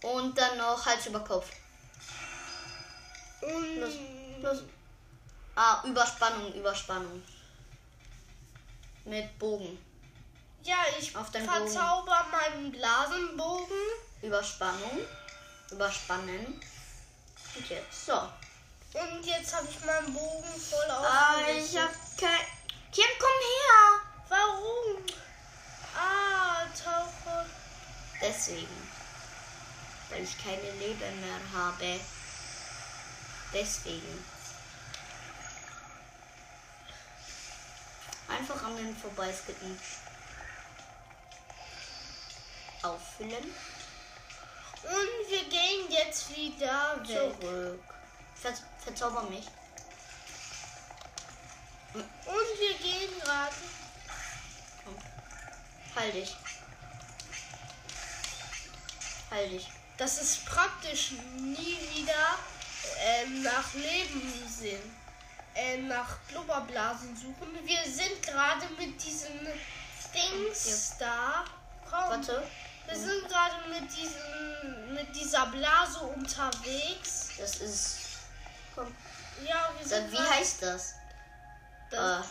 Speaker 1: Und dann noch Hals über Kopf.
Speaker 2: Und
Speaker 1: Los, los. Ah, Überspannung, Überspannung. Mit Bogen.
Speaker 2: ja, ich
Speaker 1: Auf deinen
Speaker 2: verzauber meinen Blasenbogen.
Speaker 1: Überspannung. Überspannen. Und jetzt. So.
Speaker 2: Und jetzt habe ich meinen Bogen voll auf.
Speaker 1: Ah, ich hab kein. Kim, komm her!
Speaker 2: Warum? Ah, Taucher.
Speaker 1: Deswegen. Weil ich keine Leben mehr habe. Deswegen. Einfach an den vorbeiskippen. Auffüllen.
Speaker 2: Und wir gehen jetzt wieder weg.
Speaker 1: Zurück. Ver verzauber mich.
Speaker 2: Und wir gehen gerade.
Speaker 1: Heil dich. Heil dich.
Speaker 2: Das ist praktisch nie wieder ähm, nach Leben sehen. Ähm, nach Blubberblasen suchen. Wir sind gerade mit diesen Dings da. Komm,
Speaker 1: Warte.
Speaker 2: wir sind gerade mit, diesem, mit dieser Blase unterwegs.
Speaker 1: Das ist. Komm.
Speaker 2: Ja, wir
Speaker 1: Dann,
Speaker 2: sind
Speaker 1: wie
Speaker 2: gerade-
Speaker 1: heißt das?
Speaker 2: das?
Speaker 1: Äh,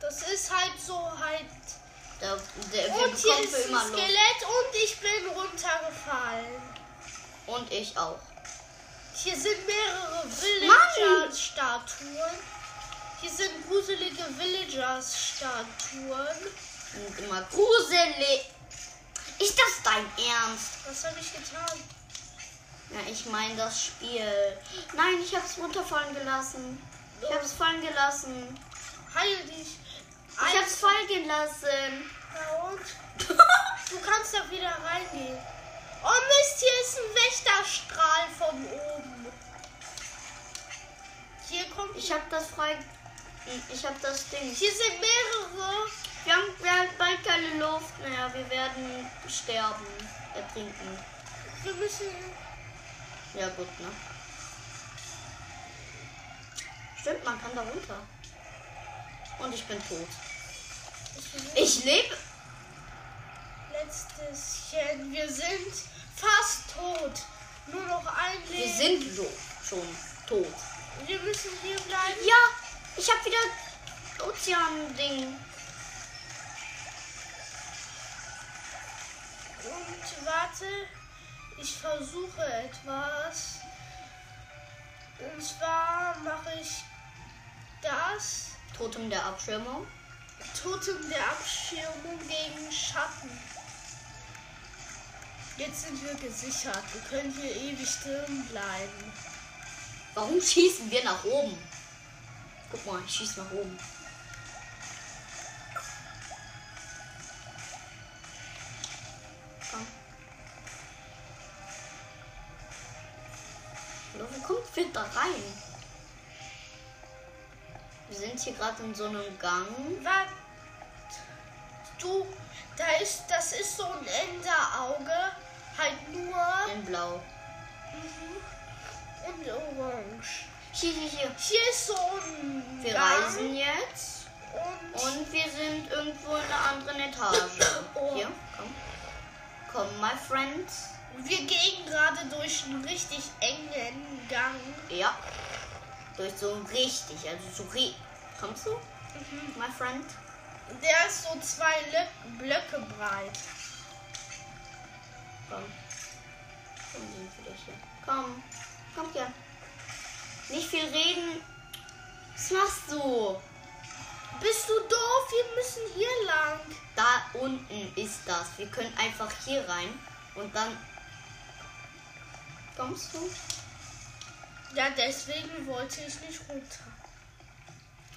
Speaker 2: Das ist halt so halt.
Speaker 1: da, der, wir
Speaker 2: Und hier
Speaker 1: bekommen für
Speaker 2: ist
Speaker 1: immer
Speaker 2: ein
Speaker 1: Luft.
Speaker 2: Oh, Skelett und ich bin runtergefallen.
Speaker 1: Und ich auch.
Speaker 2: Hier sind mehrere
Speaker 1: Mann!
Speaker 2: Villager-Statuen. Hier sind gruselige Villagers-Statuen.
Speaker 1: Und immer gruselig. Ist das dein Ernst?
Speaker 2: Was habe ich getan?
Speaker 1: Ja, ich meine das Spiel. Nein, ich hab's runterfallen gelassen. Ich hab's fallen gelassen.
Speaker 2: Heil dich.
Speaker 1: Ich hab's fallen gelassen.
Speaker 2: Na und? Du kannst da wieder reingehen. Oh Mist, hier ist ein Wächterstrahl von oben. Hier kommt.
Speaker 1: Ich hab das frei. Hm, Ich hab das Ding.
Speaker 2: Hier sind mehrere.
Speaker 1: Wir haben, wir haben bald keine Luft mehr. Wir werden sterben. Ertrinken.
Speaker 2: Wir müssen.
Speaker 1: Ja, gut, ne? Stimmt, man kann da runter. Und ich bin tot. Ich lebe.
Speaker 2: Letztes Chen. Wir sind fast tot. Nur noch ein Leben.
Speaker 1: Wir sind so schon tot.
Speaker 2: Wir müssen hier bleiben.
Speaker 1: Ja, ich habe wieder Ozean-Ding.
Speaker 2: Und warte, ich versuche etwas. Und zwar mache ich das
Speaker 1: Totem der Abschirmung.
Speaker 2: Totem der Abschirmung gegen Schatten. Jetzt sind wir gesichert. Wir können hier ewig drin bleiben.
Speaker 1: Warum schießen wir nach oben? Guck mal, ich schieße nach oben. Komm. Hallo, Wie kommt wir da rein? Wir sind hier gerade in so einem Gang.
Speaker 2: Warte. Du, da ist, das ist so ein Enderauge. Halt nur
Speaker 1: In Blau.
Speaker 2: und orange.
Speaker 1: Hier, hier, hier.
Speaker 2: Hier ist so ein
Speaker 1: Wir
Speaker 2: Gang
Speaker 1: reisen jetzt
Speaker 2: und
Speaker 1: und wir sind irgendwo in einer anderen Etage.
Speaker 2: Oh.
Speaker 1: Hier, komm. Komm, my friends.
Speaker 2: Wir gehen gerade durch einen richtig engen Gang.
Speaker 1: Ja. Durch so ein richtig, also so re. Kommst du? My friend?
Speaker 2: Der ist so zwei Lö Blöcke breit.
Speaker 1: Komm. Komm, sind wir durch hier. Komm. Komm hier. Nicht viel reden. Was machst du?
Speaker 2: Bist du doof? Wir müssen hier lang.
Speaker 1: Da unten ist das. Wir können einfach hier rein und dann. Kommst du?
Speaker 2: Ja, deswegen wollte ich nicht runter.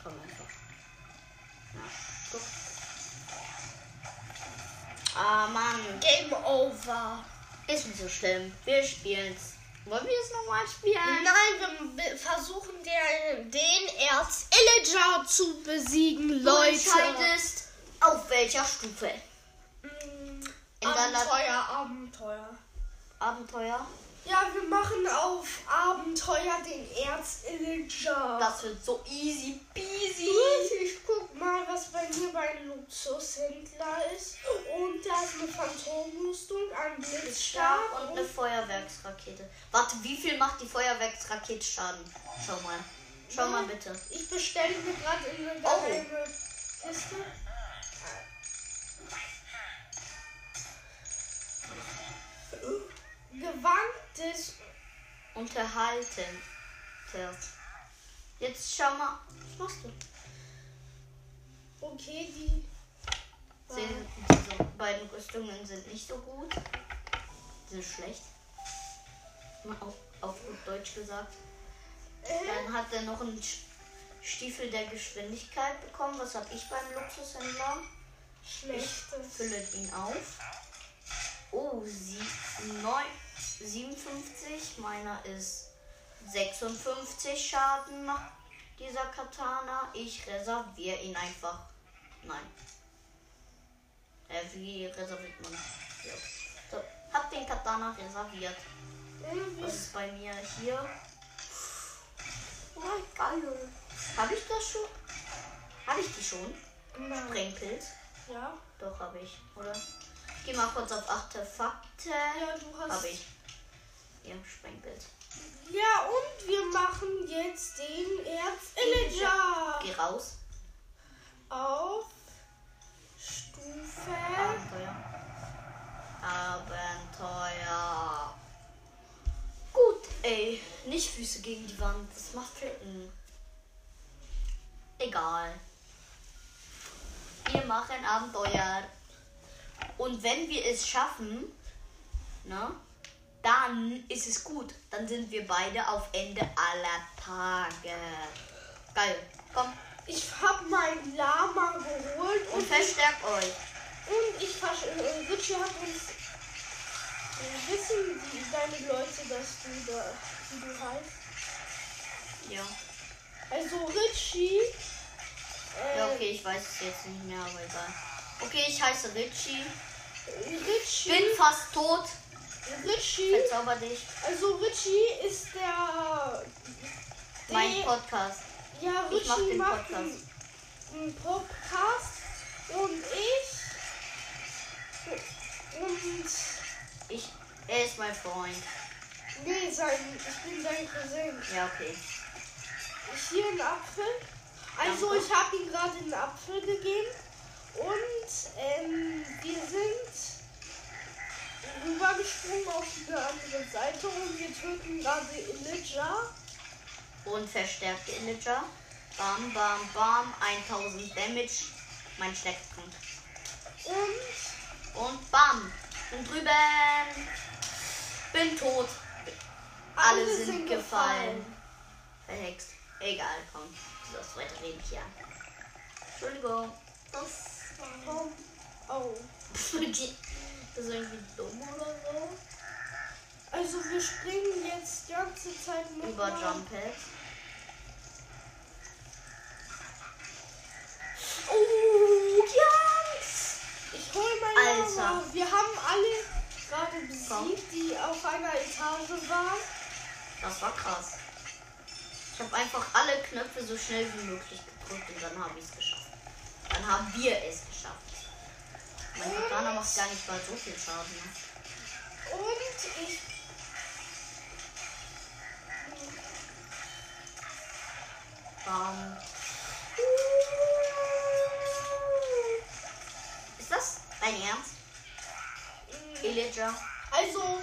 Speaker 1: Komm einfach. Ja, guck. Ah, Mann.
Speaker 2: Game over.
Speaker 1: Ist nicht so schlimm. Wir spielen's. Wollen wir es nochmal spielen?
Speaker 2: Nein, wir be- versuchen den, den Erz-Illager zu besiegen,
Speaker 1: Du
Speaker 2: Leute.
Speaker 1: entscheidest, auf welcher Stufe.
Speaker 2: Mm,
Speaker 1: In der La-
Speaker 2: Abenteuer, Abenteuer.
Speaker 1: Abenteuer.
Speaker 2: Ja, wir machen auf Abenteuer den Erz-Illager.
Speaker 1: Das wird so easy peasy.
Speaker 2: Gut, ich guck mal, was bei mir bei Luxushändler ist. Und da ist eine Phantomrüstung, ein Blitzstab
Speaker 1: Und eine Feuerwerksrakete. Warte, wie viel macht die Feuerwerksrakete Schaden? Schau mal. Schau mal bitte.
Speaker 2: ich bestelle mir gerade in eine
Speaker 1: Oh.
Speaker 2: geheime Kiste. Gewandtes.
Speaker 1: Unterhalten. Test. Jetzt schau mal. Was machst du?
Speaker 2: Okay, die.
Speaker 1: Sehen, diese beiden Rüstungen sind nicht so gut. Die sind schlecht. Mal auf, auf gut Deutsch gesagt.
Speaker 2: Äh,
Speaker 1: Dann hat er noch einen Sch- Stiefel der Geschwindigkeit bekommen. Was habe ich beim Luxushändler?
Speaker 2: schlechtes.
Speaker 1: Fülle ihn auf. Oh, sie, neun, 57. Meiner ist 56 Schaden macht dieser Katana. Ich reserviere ihn einfach. Nein. Äh, wie reserviert man? Ja. So, hab den Katana reserviert. Das
Speaker 2: Irgendwie-
Speaker 1: ist bei mir hier. Oh, geil. Habe ich das schon? Habe ich die schon?
Speaker 2: Nein.
Speaker 1: Sprengpilz?
Speaker 2: Ja.
Speaker 1: Doch, habe ich, oder? Ich geh mal kurz auf Artefakte.
Speaker 2: Ja, du hast.
Speaker 1: Hab ich. Ja, Sprengbild.
Speaker 2: Ja, und wir machen jetzt den Erzillager
Speaker 1: Geh raus.
Speaker 2: auf Stufe.
Speaker 1: Abenteuer. Abenteuer. Gut, ey. Nicht Füße gegen die Wand. Das macht Flicken. Egal. Wir machen Abenteuer. Und wenn wir es schaffen, ne, dann ist es gut. Dann sind wir beide auf Ende aller Tage. Geil. Komm.
Speaker 2: Ich hab mein Lama geholt
Speaker 1: Und
Speaker 2: und,
Speaker 1: verstärkt euch.
Speaker 2: und ich versch- Richie hat uns äh, wissen die, deine Leute, dass du da wie du heißt.
Speaker 1: Ja.
Speaker 2: Also Richie. Äh,
Speaker 1: Ja, okay, ich weiß es jetzt nicht mehr, aber egal. Okay, ich heiße Richie.
Speaker 2: Richie,
Speaker 1: Bin fast tot.
Speaker 2: Richie,
Speaker 1: Verzauber dich.
Speaker 2: also Richie ist der,
Speaker 1: Mein
Speaker 2: der-
Speaker 1: Podcast.
Speaker 2: Ja,
Speaker 1: Ich mach
Speaker 2: Richie
Speaker 1: den
Speaker 2: macht
Speaker 1: Podcast.
Speaker 2: einen einen Podcast und ich und
Speaker 1: Ich, er ist mein Freund.
Speaker 2: nee, sein, ich bin sein Cousin.
Speaker 1: Ja, okay.
Speaker 2: Ich hier einen Apfel. Also
Speaker 1: Danke.
Speaker 2: ich habe ihm gerade einen Apfel gegeben und ähm, wir sind rübergesprungen auf eine andere Seite und wir töten gerade Elijah.
Speaker 1: Und verstärkte Illager. Bam, bam, bam. 1000 Damage. Mein Schleckpunkt.
Speaker 2: Und
Speaker 1: Und bam. Bin drüben. Bin tot. Alle sind gefallen. Verhext. Egal, komm. So, das zweite rede ich ja. Entschuldigung. Das
Speaker 2: Oh, oh.
Speaker 1: Das ist irgendwie dumm oder so.
Speaker 2: Also wir springen jetzt die ganze Zeit noch
Speaker 1: Über
Speaker 2: mal.
Speaker 1: Jump Pads.
Speaker 2: Oh, Jans! Ich hol mein
Speaker 1: Alter.
Speaker 2: Lama. Wir haben alle gerade besiegt,
Speaker 1: Komm.
Speaker 2: die auf einer Etage waren.
Speaker 1: Das war krass. Ich habe einfach alle Knöpfe so schnell wie möglich gedrückt und dann habe ich es geschafft. Dann haben wir es geschafft. Mein Katana macht gar nicht mal so viel Schaden. ne?
Speaker 2: Und ich...
Speaker 1: Bam. Ist das dein Ernst? Illager?
Speaker 2: Hm. Also,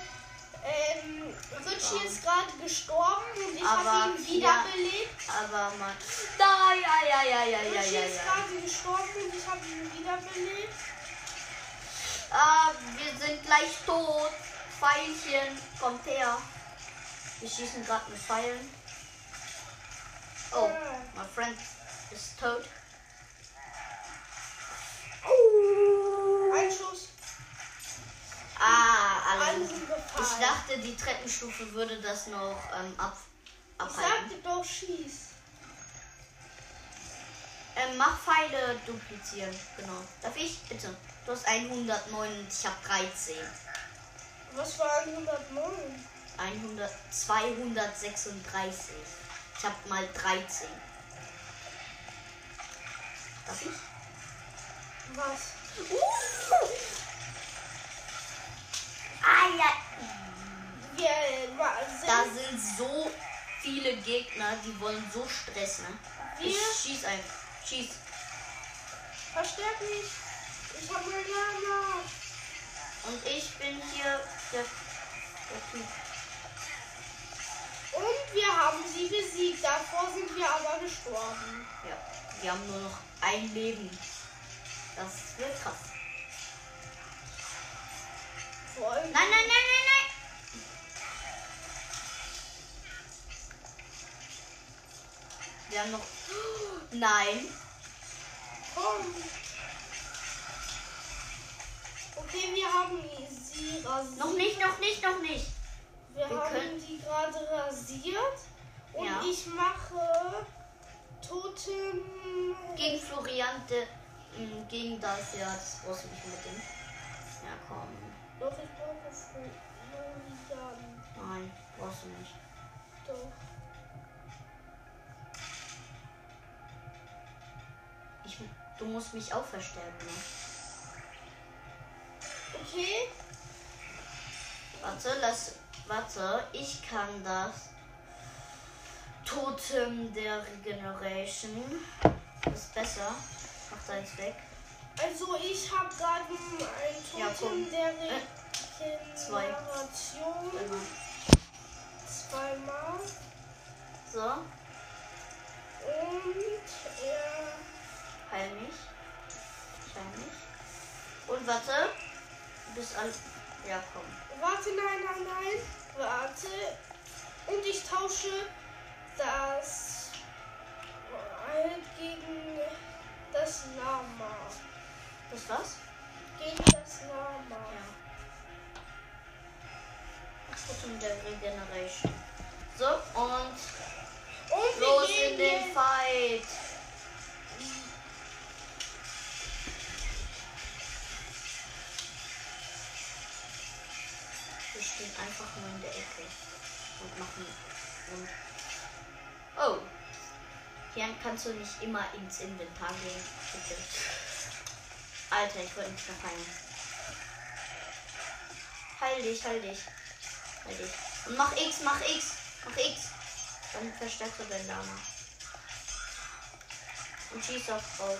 Speaker 2: ähm, Richie ist gerade gestorben und ich
Speaker 1: Aber
Speaker 2: habe ihn
Speaker 1: ja.
Speaker 2: wiederbelebt.
Speaker 1: Aber mal. Da, ja, ja, ja, ja, ja,
Speaker 2: Richie
Speaker 1: ja,
Speaker 2: ist
Speaker 1: ja.
Speaker 2: gerade gestorben und ich habe ihn wiederbelebt.
Speaker 1: Ah, wir sind gleich tot. Pfeilchen, kommt her. Wir schießen gerade mit Pfeilen. Oh, mein Freund ist tot.
Speaker 2: Ein Schuss,
Speaker 1: Ah,
Speaker 2: alle
Speaker 1: alle.
Speaker 2: sind
Speaker 1: Ich
Speaker 2: gefallen.
Speaker 1: dachte, die Treppenstufe würde das noch ähm, ab,
Speaker 2: Ich
Speaker 1: abhalten.
Speaker 2: sagte doch, schieß.
Speaker 1: Ähm, mach Pfeile duplizieren. Genau. Darf ich? Bitte. Du hast 109 und ich habe 13.
Speaker 2: Was war 109?
Speaker 1: 100, 236. Ich habe mal 13. Darf ich?
Speaker 2: Was? Uh!
Speaker 1: Ah, ja.
Speaker 2: Wir äh, wa- sind,
Speaker 1: Da sind so viele Gegner, die wollen so Stress, ne? Ich
Speaker 2: wir
Speaker 1: schieß ein. Schieß.
Speaker 2: verstärken mich. Ich habe mein Lama.
Speaker 1: Und ich bin hier der, der Typ.
Speaker 2: Und wir haben sie besiegt. Davor sind wir aber gestorben.
Speaker 1: Ja, wir haben nur noch ein Leben. Das wird krass.
Speaker 2: Vor allem
Speaker 1: Nein, nein, nein, nein, nein. Wir haben noch. Nein.
Speaker 2: komm. Okay, wir haben sie rasiert.
Speaker 1: Noch nicht, noch nicht, noch nicht.
Speaker 2: Wir,
Speaker 1: Wir
Speaker 2: haben
Speaker 1: können-
Speaker 2: die gerade rasiert. Und
Speaker 1: Ja.
Speaker 2: ich mache Totem.
Speaker 1: Gegen Floriante. mh, Gegen das, ja, das brauchst du nicht unbedingt. Ja, komm.
Speaker 2: Doch, ich brauche Florian.
Speaker 1: Nein, brauchst du nicht.
Speaker 2: Doch.
Speaker 1: Ich, du musst mich auch verstärken. Ne?
Speaker 2: okay?
Speaker 1: Warte, lass. Warte, ich kann das. Totem der Regeneration. Ist besser. Mach deins weg.
Speaker 2: Also ich habe dann ein
Speaker 1: Ja,
Speaker 2: Totem
Speaker 1: komm.
Speaker 2: der
Speaker 1: Äh, zwei.
Speaker 2: Regeneration
Speaker 1: Immer.
Speaker 2: zweimal
Speaker 1: So,
Speaker 2: und äh, er
Speaker 1: heil mich. Ich heil mich. Und warte. Bis an. Ja, komm.
Speaker 2: Warte, nein, nein, nein. Warte. Und ich tausche das Alt gegen das Lama.
Speaker 1: Das war's?
Speaker 2: Gegen das Lama.
Speaker 1: Ja. Totem der Regeneration. So, und
Speaker 2: Und
Speaker 1: los
Speaker 2: wir
Speaker 1: in den
Speaker 2: gehen jetzt.
Speaker 1: Fight. Wir stehen einfach nur in der Ecke und machen und oh hier kannst du nicht immer ins Inventar gehen bitte Alter ich wollte nicht mehr fallen heil dich heil dich heil dich und mach X mach X mach X dann verstärkst du dein Lama und schieß auf drauf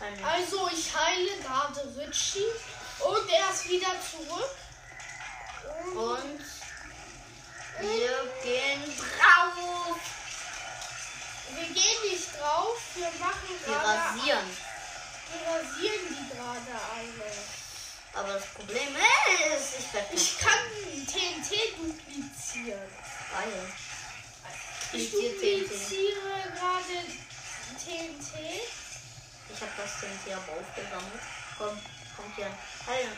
Speaker 1: Heil mich, heil mich.
Speaker 2: Also ich heile gerade Richie und er ist wieder zurück.
Speaker 1: Und wir gehen drauf.
Speaker 2: Wir gehen nicht drauf, wir machen
Speaker 1: Wir
Speaker 2: gerade.
Speaker 1: rasieren.
Speaker 2: Wir rasieren die gerade alle.
Speaker 1: Aber das Problem ist, ich werde nicht
Speaker 2: Ich kann TNT duplizieren.
Speaker 1: geil.
Speaker 2: Ich
Speaker 1: Dupliziert TNT.
Speaker 2: dupliziere gerade TNT.
Speaker 1: Ich habe das TNT aber aufgesammelt. Komm, komm hier. Heilen.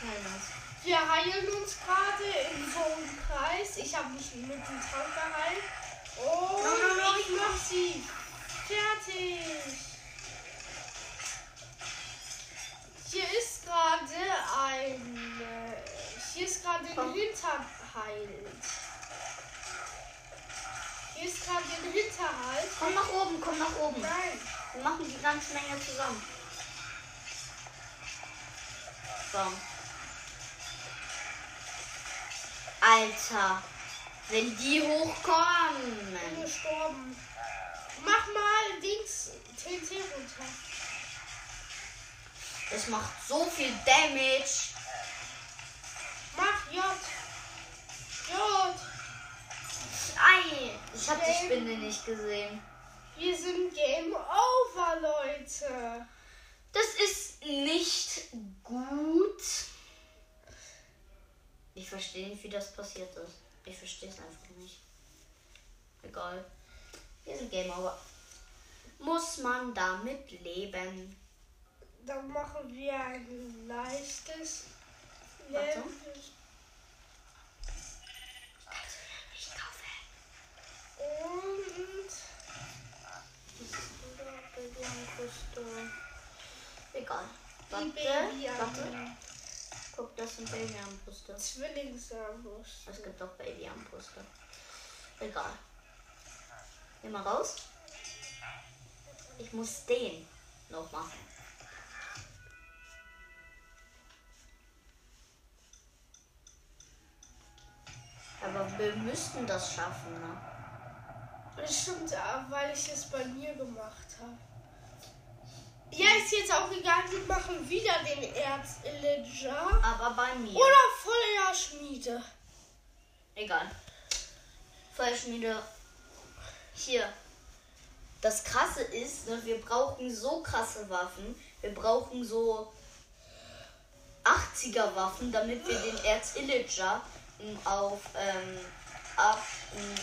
Speaker 1: Heilen uns.
Speaker 2: Wir heilen uns gerade in so einem Kreis. Ich habe mich mit dem Tank geheilt. Oh,
Speaker 1: No, no, no,
Speaker 2: ich mach sie. Fertig. Hier ist gerade ein. äh, Hier ist gerade ein
Speaker 1: Komm.
Speaker 2: Hinterhalt. Hier ist gerade ein Hinterhalt.
Speaker 1: Komm nach oben, komm nach oben.
Speaker 2: Nein.
Speaker 1: Wir machen die ganze Menge zusammen. Bam. Alter, wenn die hochkommen.
Speaker 2: bin gestorben. Mach mal Dings TNT runter.
Speaker 1: Es macht so viel Damage.
Speaker 2: Mach J. J.
Speaker 1: Ei, ich habe die Spinne nicht gesehen.
Speaker 2: Wir sind Game Over, Leute.
Speaker 1: Das ist nicht gut. Ich verstehe nicht, wie das passiert ist. Ich verstehe es einfach nicht. Egal. Wir sind Game Over. Muss man damit leben?
Speaker 2: Dann machen wir ein leichtes
Speaker 1: Warte.
Speaker 2: Level.
Speaker 1: Ich kaufe.
Speaker 2: Und
Speaker 1: Egal.
Speaker 2: die
Speaker 1: Warte, warte.
Speaker 2: Baby
Speaker 1: Guck, das sind Babyarmbrüste.
Speaker 2: Zwillingsarmbrust.
Speaker 1: Es gibt auch Babyarmbrüste. Egal. Geh mal raus. Ich muss den noch machen. Aber wir müssten das schaffen, ne?
Speaker 2: Das stimmt, ah, weil ich es bei mir gemacht habe. Ja, ist jetzt auch egal, wir machen wieder den Erzillager.
Speaker 1: Aber bei mir.
Speaker 2: Oder Feuerschmiede.
Speaker 1: Egal. Feuerschmiede. Hier. Das krasse ist, ne, wir brauchen so krasse Waffen. Wir brauchen so 80er Waffen, damit wir den Erzillager m, auf ähm, ab, m,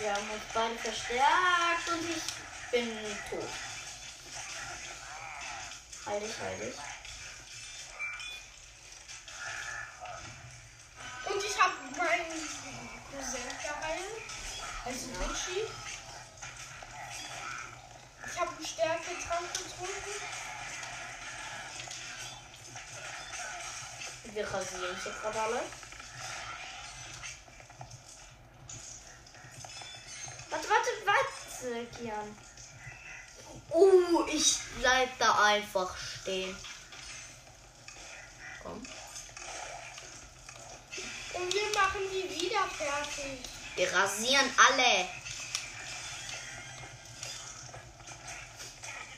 Speaker 1: wir haben uns beide verstärkt und ich bin tot. Heilig, heilig.
Speaker 2: Und ich habe meinen Cousin geheilt. Also
Speaker 1: Ja.
Speaker 2: Richie. Ich habe einen Stärketrank getrunken.
Speaker 1: Wir rasieren hier gerade alle. Warte, warte, warte, Kian. Uh, ich bleib da einfach stehen. Komm.
Speaker 2: Und wir machen die wieder fertig.
Speaker 1: Wir rasieren alle.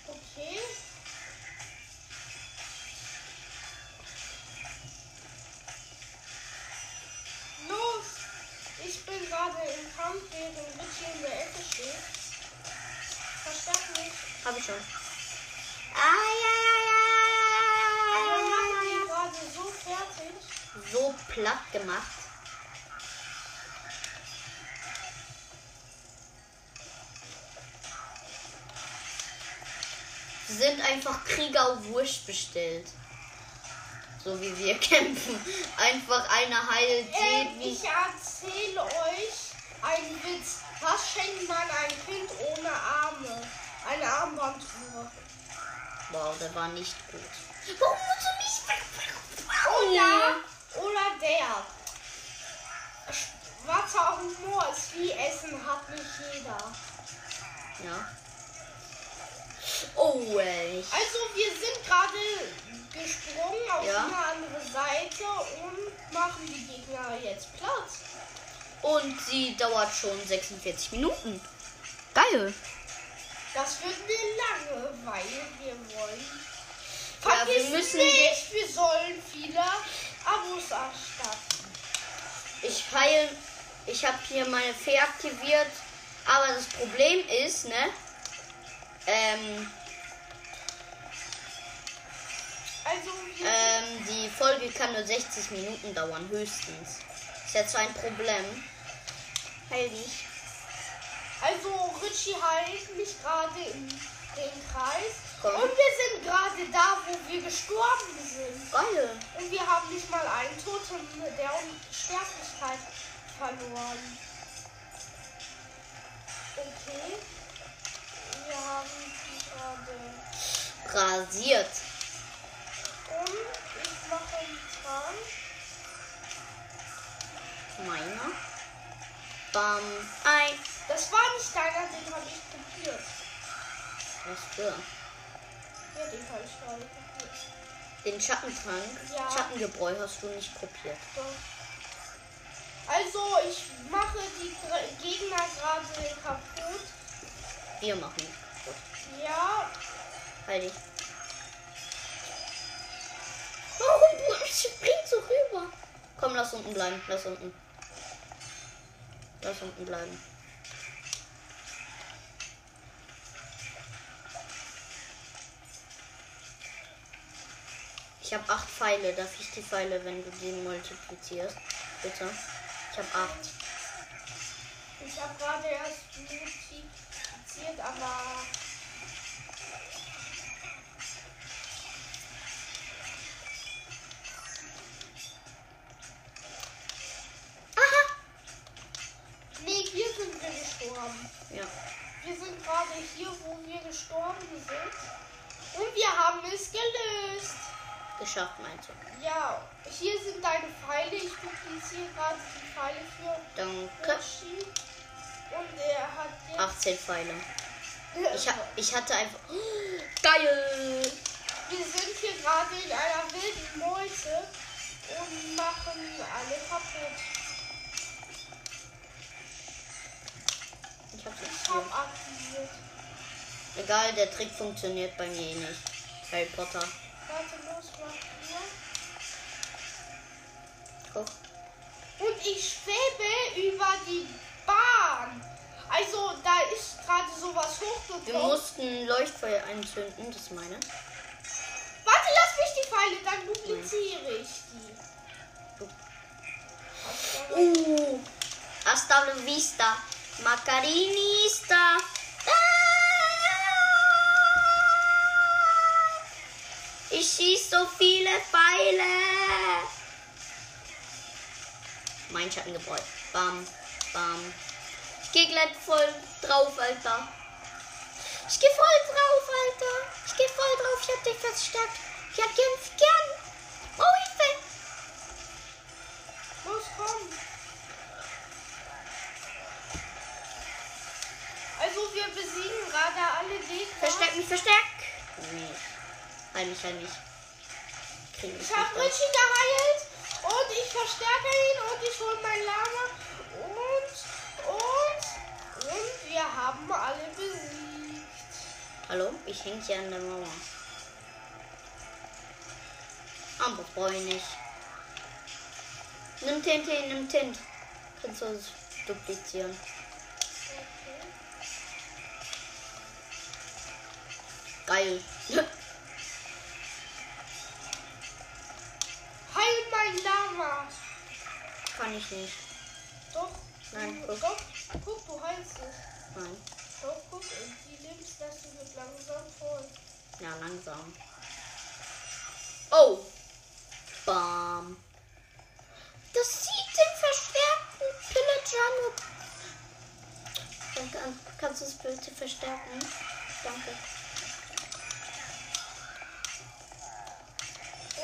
Speaker 2: Okay. Los! Ich bin gerade im Kampf, während Richie in der Ecke steht. Versteck mich.
Speaker 1: Hab ich schon. Ai, ai, ai, ai, ai,
Speaker 2: Wir machen
Speaker 1: ai, ai, ai,
Speaker 2: die gerade so fertig.
Speaker 1: ai. So platt gemacht. Sind einfach Krieger auf Wurst bestellt. So wie wir kämpfen. Einfach einer heilt
Speaker 2: Ähm,
Speaker 1: jeden.
Speaker 2: ich erzähle euch einen Witz. Was schenkt man einem Kind ohne Arme? Eine Armbanduhr.
Speaker 1: Wow, der war nicht gut.
Speaker 2: Warum musst du mich Oder, oder der. Schwarzer Humor ist wie Essen, hat nicht jeder.
Speaker 1: Ja. Oh, ey.
Speaker 2: Also wir sind gerade gesprungen auf
Speaker 1: Ja.
Speaker 2: eine andere Seite und machen die Gegner jetzt Platz.
Speaker 1: Und sie dauert schon 46 Minuten. Geil.
Speaker 2: Das wird eine Langeweile, wir wollen.
Speaker 1: Ja, wir
Speaker 2: Vergiss
Speaker 1: müssen-
Speaker 2: nicht, wir sollen viele Abos erstatten.
Speaker 1: Ich heil. Ich habe hier meine Fee aktiviert. Aber das Problem ist, ne? Ähm,
Speaker 2: Also wir
Speaker 1: ähm, die Folge kann nur 60 Minuten dauern, höchstens. Ist jetzt ein Problem. Heil dich.
Speaker 2: Also Richie heilt mich gerade in den Kreis.
Speaker 1: Komm.
Speaker 2: Und wir sind gerade da, wo wir gestorben sind.
Speaker 1: Geil.
Speaker 2: Und wir haben nicht mal einen Toten der Unsterblichkeit verloren. Okay. Wir haben die gerade.
Speaker 1: Rasiert.
Speaker 2: Und ich mache einen Zahn.
Speaker 1: Meiner. Bam. Ein.
Speaker 2: Das war nicht deiner, den habe ich kopiert.
Speaker 1: Was für?
Speaker 2: Ja, den habe ich gerade kopiert.
Speaker 1: Den Schattentrank.
Speaker 2: Ja.
Speaker 1: Schattengebräu hast du nicht kopiert.
Speaker 2: Doch. Also, ich mache die Gre- Gegner gerade kaputt.
Speaker 1: Wir machen. Gut.
Speaker 2: Ja,
Speaker 1: Halt dich. Warum springst so rüber? Komm, lass unten bleiben. Lass unten. Lass unten bleiben. Ich habe acht Pfeile. Darf ich die Pfeile, wenn du die multiplizierst? Bitte. Ich habe acht.
Speaker 2: ich habe gerade erst multipliziert, aber
Speaker 1: Aha!
Speaker 2: nee, hier sind wir gestorben.
Speaker 1: Ja.
Speaker 2: Wir sind gerade hier, wo wir gestorben sind. Und wir haben es gelöst.
Speaker 1: Geschafft, meinst du?
Speaker 2: Ja, hier sind deine Pfeile. Ich dupliziere gerade die Pfeile für
Speaker 1: Danke.
Speaker 2: Koshi. Und er hat jetzt...
Speaker 1: 18 Pfeile. Ich, hab, ich hatte einfach. Geil!
Speaker 2: Wir sind hier gerade in einer wilden Meute und machen alle kaputt.
Speaker 1: Ich hab's
Speaker 2: Ich
Speaker 1: nicht
Speaker 2: hab aktiviert.
Speaker 1: hier. Egal, der Trick funktioniert bei mir eh nicht. Harry Potter.
Speaker 2: Warte, los, mach hier.
Speaker 1: Guck.
Speaker 2: Und ich schwebe über die Bahn. Also, da ist gerade sowas
Speaker 1: Wir
Speaker 2: hochgekommen.
Speaker 1: mussten Leuchtfeuer anzünden, das ist meine.
Speaker 2: Warte, lass mich die Pfeile, dann dupliziere ich die.
Speaker 1: Du-
Speaker 2: Hast du-
Speaker 1: Uh! Hasta la vista. Macarinista. Ah! Ich schieß so viele Pfeile. Mein Schattengebräu. Bam, bam. Ich geh gleich voll drauf, Alter. Ich geh voll drauf, Alter. Ich geh voll drauf. Ich hab dich verstärkt. Ich hab kämpft gern. Oh, Hilfe.
Speaker 2: Los, komm. Also, wir besiegen gerade alle Gegner.
Speaker 1: Versteck mich, versteck! Nee. Eigentlich ja nicht. Krieg ich
Speaker 2: Ich habe
Speaker 1: nicht.
Speaker 2: Richie geheilt und ich verstärke ihn und ich hole mein Lama und, und, und wir haben alle besiegt.
Speaker 1: Hallo? Ich häng hier an der Mauer. Aber brauche ich nicht. Nimm Tint, Tint, nimm Tint. Kannst du uns duplizieren. Geil.
Speaker 2: Heil mein Lama.
Speaker 1: Kann ich nicht.
Speaker 2: Doch.
Speaker 1: Nein,
Speaker 2: du,
Speaker 1: guck.
Speaker 2: doch. Guck, du heilst es.
Speaker 1: Nein.
Speaker 2: Doch, guck, und die Lebenslasten wird langsam voll.
Speaker 1: Ja, langsam. Oh! Bam. Das sieht den verstärkten Pillager nur. Danke, an- kannst du es bitte verstärken? Danke.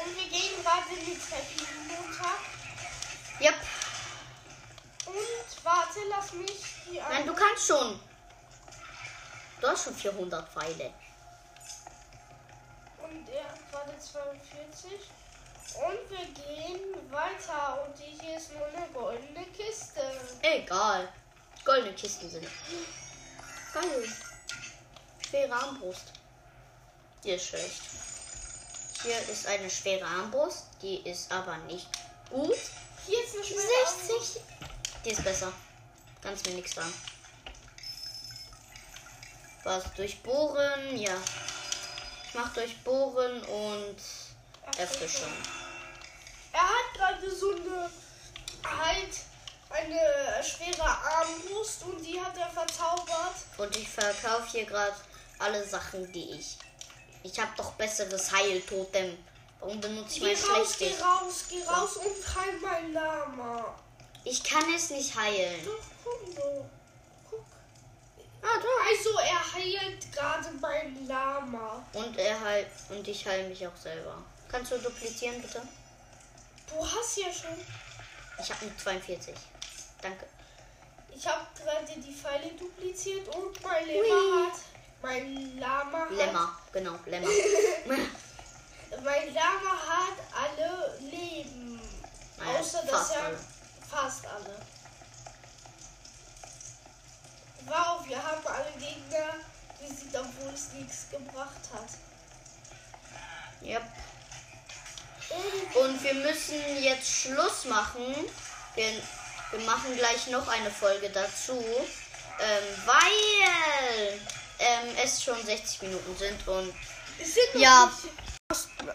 Speaker 2: Und wir gehen gerade in die Treppe hinunter.
Speaker 1: Yep.
Speaker 2: Und warte, lass mich die
Speaker 1: Nein,
Speaker 2: an.
Speaker 1: du kannst schon. Du hast schon 400 Pfeile.
Speaker 2: Und er hat gerade 42. Und wir gehen weiter. Und die hier ist nur eine goldene Kiste.
Speaker 1: Egal. Goldene Kisten sind. Geil. Schwere Armbrust. Die ist schlecht. Hier ist eine schwere Armbrust. Die ist aber nicht gut.
Speaker 2: Hier ist eine Schwelle.
Speaker 1: Die ist besser. Kannst mir nichts sagen. Was? Durchbohren? Ja. Ich mach durchbohren und
Speaker 2: Ach,
Speaker 1: erfrischen.
Speaker 2: Er hat gerade so eine halt eine schwere Armbrust und die hat er verzaubert.
Speaker 1: Und ich verkaufe hier gerade alle Sachen, die ich. Ich habe doch besseres Heiltotem. Warum benutze ich
Speaker 2: Geh
Speaker 1: mein
Speaker 2: raus, geh
Speaker 1: schlechtes?
Speaker 2: raus, geh raus und heil mein Lama.
Speaker 1: Ich kann es nicht heilen.
Speaker 2: Doch, guck doch. Guck.
Speaker 1: Ah,
Speaker 2: Also er heilt gerade mein Lama.
Speaker 1: Und er heilt. Und ich heile mich auch selber. Kannst du duplizieren, bitte?
Speaker 2: Du hast ja schon.
Speaker 1: Ich habe nur 42. Danke.
Speaker 2: Ich habe gerade die Pfeile dupliziert und mein
Speaker 1: Hui.
Speaker 2: Lama hat. Mein Lama hat.
Speaker 1: Lämmer. Genau, Lämmer.
Speaker 2: Mein Lama hat alle Leben.
Speaker 1: Naja,
Speaker 2: Außer dass
Speaker 1: fast
Speaker 2: er
Speaker 1: alle.
Speaker 2: fast alle. Wow, wir haben alle Gegner besiegt, obwohl es nichts gebracht hat.
Speaker 1: Yep.
Speaker 2: Und
Speaker 1: Und wir müssen jetzt Schluss machen. Wir, wir machen gleich noch eine Folge dazu. Ähm, weil ähm, es schon 60 Minuten sind und
Speaker 2: es sind noch
Speaker 1: Ja.
Speaker 2: nicht-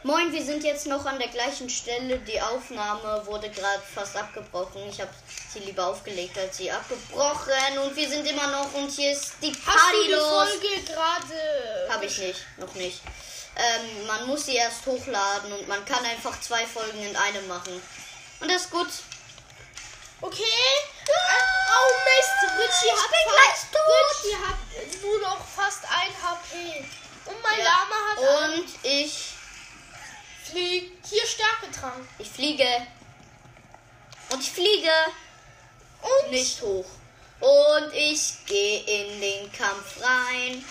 Speaker 1: Moin, wir sind jetzt noch an der gleichen Stelle. Die Aufnahme wurde gerade fast abgebrochen. Ich habe sie lieber aufgelegt als sie abgebrochen. Und wir sind immer noch und hier ist die
Speaker 2: Hast
Speaker 1: Party
Speaker 2: du die
Speaker 1: los.
Speaker 2: Folge gerade?
Speaker 1: Habe ich nicht, noch nicht. Ähm, man muss sie erst hochladen und man kann einfach zwei Folgen in einem machen. Und das ist gut.
Speaker 2: Okay. Oh Mist, Richie hat fast. Richie hat nur noch fast ein HP. Und mein
Speaker 1: Ja. Oh.
Speaker 2: Lama hat
Speaker 1: Und ich,
Speaker 2: fliegt hier Stärketrank.
Speaker 1: ich fliege. Und ich fliege
Speaker 2: Und
Speaker 1: nicht hoch. Und ich gehe in den Kampf rein.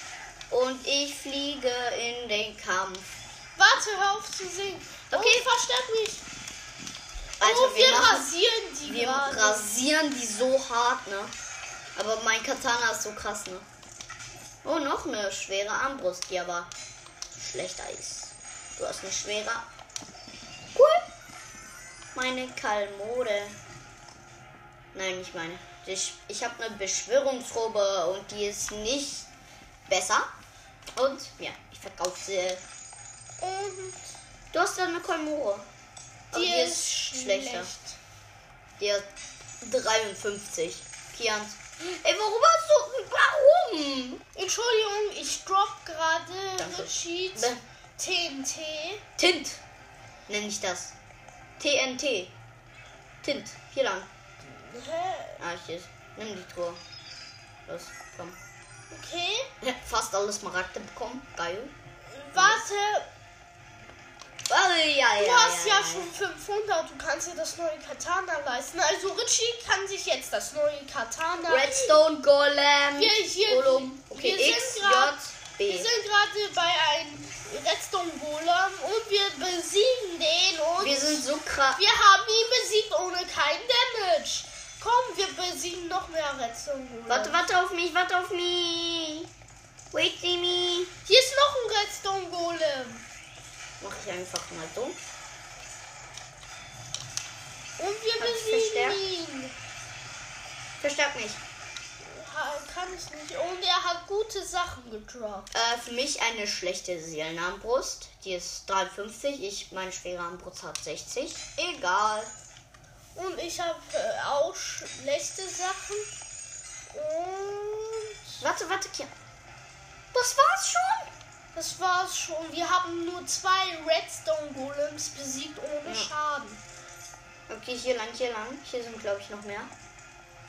Speaker 1: Und ich fliege in den Kampf.
Speaker 2: warte, hör auf zu singen.
Speaker 1: Okay.
Speaker 2: Und verstärk mich.
Speaker 1: Also
Speaker 2: oh, wir,
Speaker 1: wir, machen,
Speaker 2: rasieren die
Speaker 1: wir
Speaker 2: gerade.
Speaker 1: rasieren die so hart, ne? Aber mein Katana ist so krass, ne? Oh, noch eine schwere Armbrust, die aber schlechter ist. Du hast eine schwere. Cool. Meine Kalmode. Nein, nicht meine. Ich, ich habe eine Beschwörungsrobe und die ist nicht besser. Und ja, ich verkaufe sie.
Speaker 2: Und
Speaker 1: Du hast da eine Kalmore. Aber
Speaker 2: die, ist schlechter.
Speaker 1: Der 53. Kian. Ey, warum hast du. Warum?
Speaker 2: Entschuldigung, ich drop gerade
Speaker 1: Danke.
Speaker 2: Sheet
Speaker 1: Ne.
Speaker 2: TNT.
Speaker 1: Tint. Nenne ich das. TNT. Tint. Hier lang.
Speaker 2: Hä?
Speaker 1: Ah, hier ist. Nimm die Truhe. Los, komm.
Speaker 2: Okay,
Speaker 1: Fast alles Smaragde bekommen. Geil.
Speaker 2: warte.
Speaker 1: Ah, ja, ja.
Speaker 2: Du hast ja,
Speaker 1: ja.
Speaker 2: schon 500, du kannst dir das neue Katana leisten. Also Richie kann sich jetzt das neue Katana.
Speaker 1: Redstone Golem.
Speaker 2: Wir hier-
Speaker 1: Golem. Okay,
Speaker 2: wir
Speaker 1: X,
Speaker 2: sind
Speaker 1: J,
Speaker 2: grad-
Speaker 1: B.
Speaker 2: Wir sind gerade bei einem Redstone Golem und wir besiegen den und
Speaker 1: Wir sind so krass.
Speaker 2: wir haben ihn besiegt ohne keinen Damage. Komm, wir besiegen noch mehr Redstone Golem.
Speaker 1: Warte, warte auf mich, warte auf mich. Wait, Jimmy.
Speaker 2: Hier ist noch ein Redstone Golem.
Speaker 1: Mach ich einfach mal so.
Speaker 2: Und wir
Speaker 1: Hat sich
Speaker 2: besiegen
Speaker 1: verstärkt?
Speaker 2: ihn.
Speaker 1: Verstärk mich.
Speaker 2: Ha, Kann ich nicht. Und er hat gute Sachen gedroppt.
Speaker 1: Äh, für mich eine schlechte Seelenarmbrust. Die ist 53. Ich, meine schwere Armbrust hat 60. Egal.
Speaker 2: Und ich habe äh, auch schlechte Sachen. Und
Speaker 1: Warte, warte, Kia. Das war's schon?
Speaker 2: das war's schon. Wir haben nur zwei Redstone Golems besiegt ohne
Speaker 1: Ja.
Speaker 2: Schaden.
Speaker 1: Okay, hier lang, hier lang. Hier sind, glaube ich, noch mehr.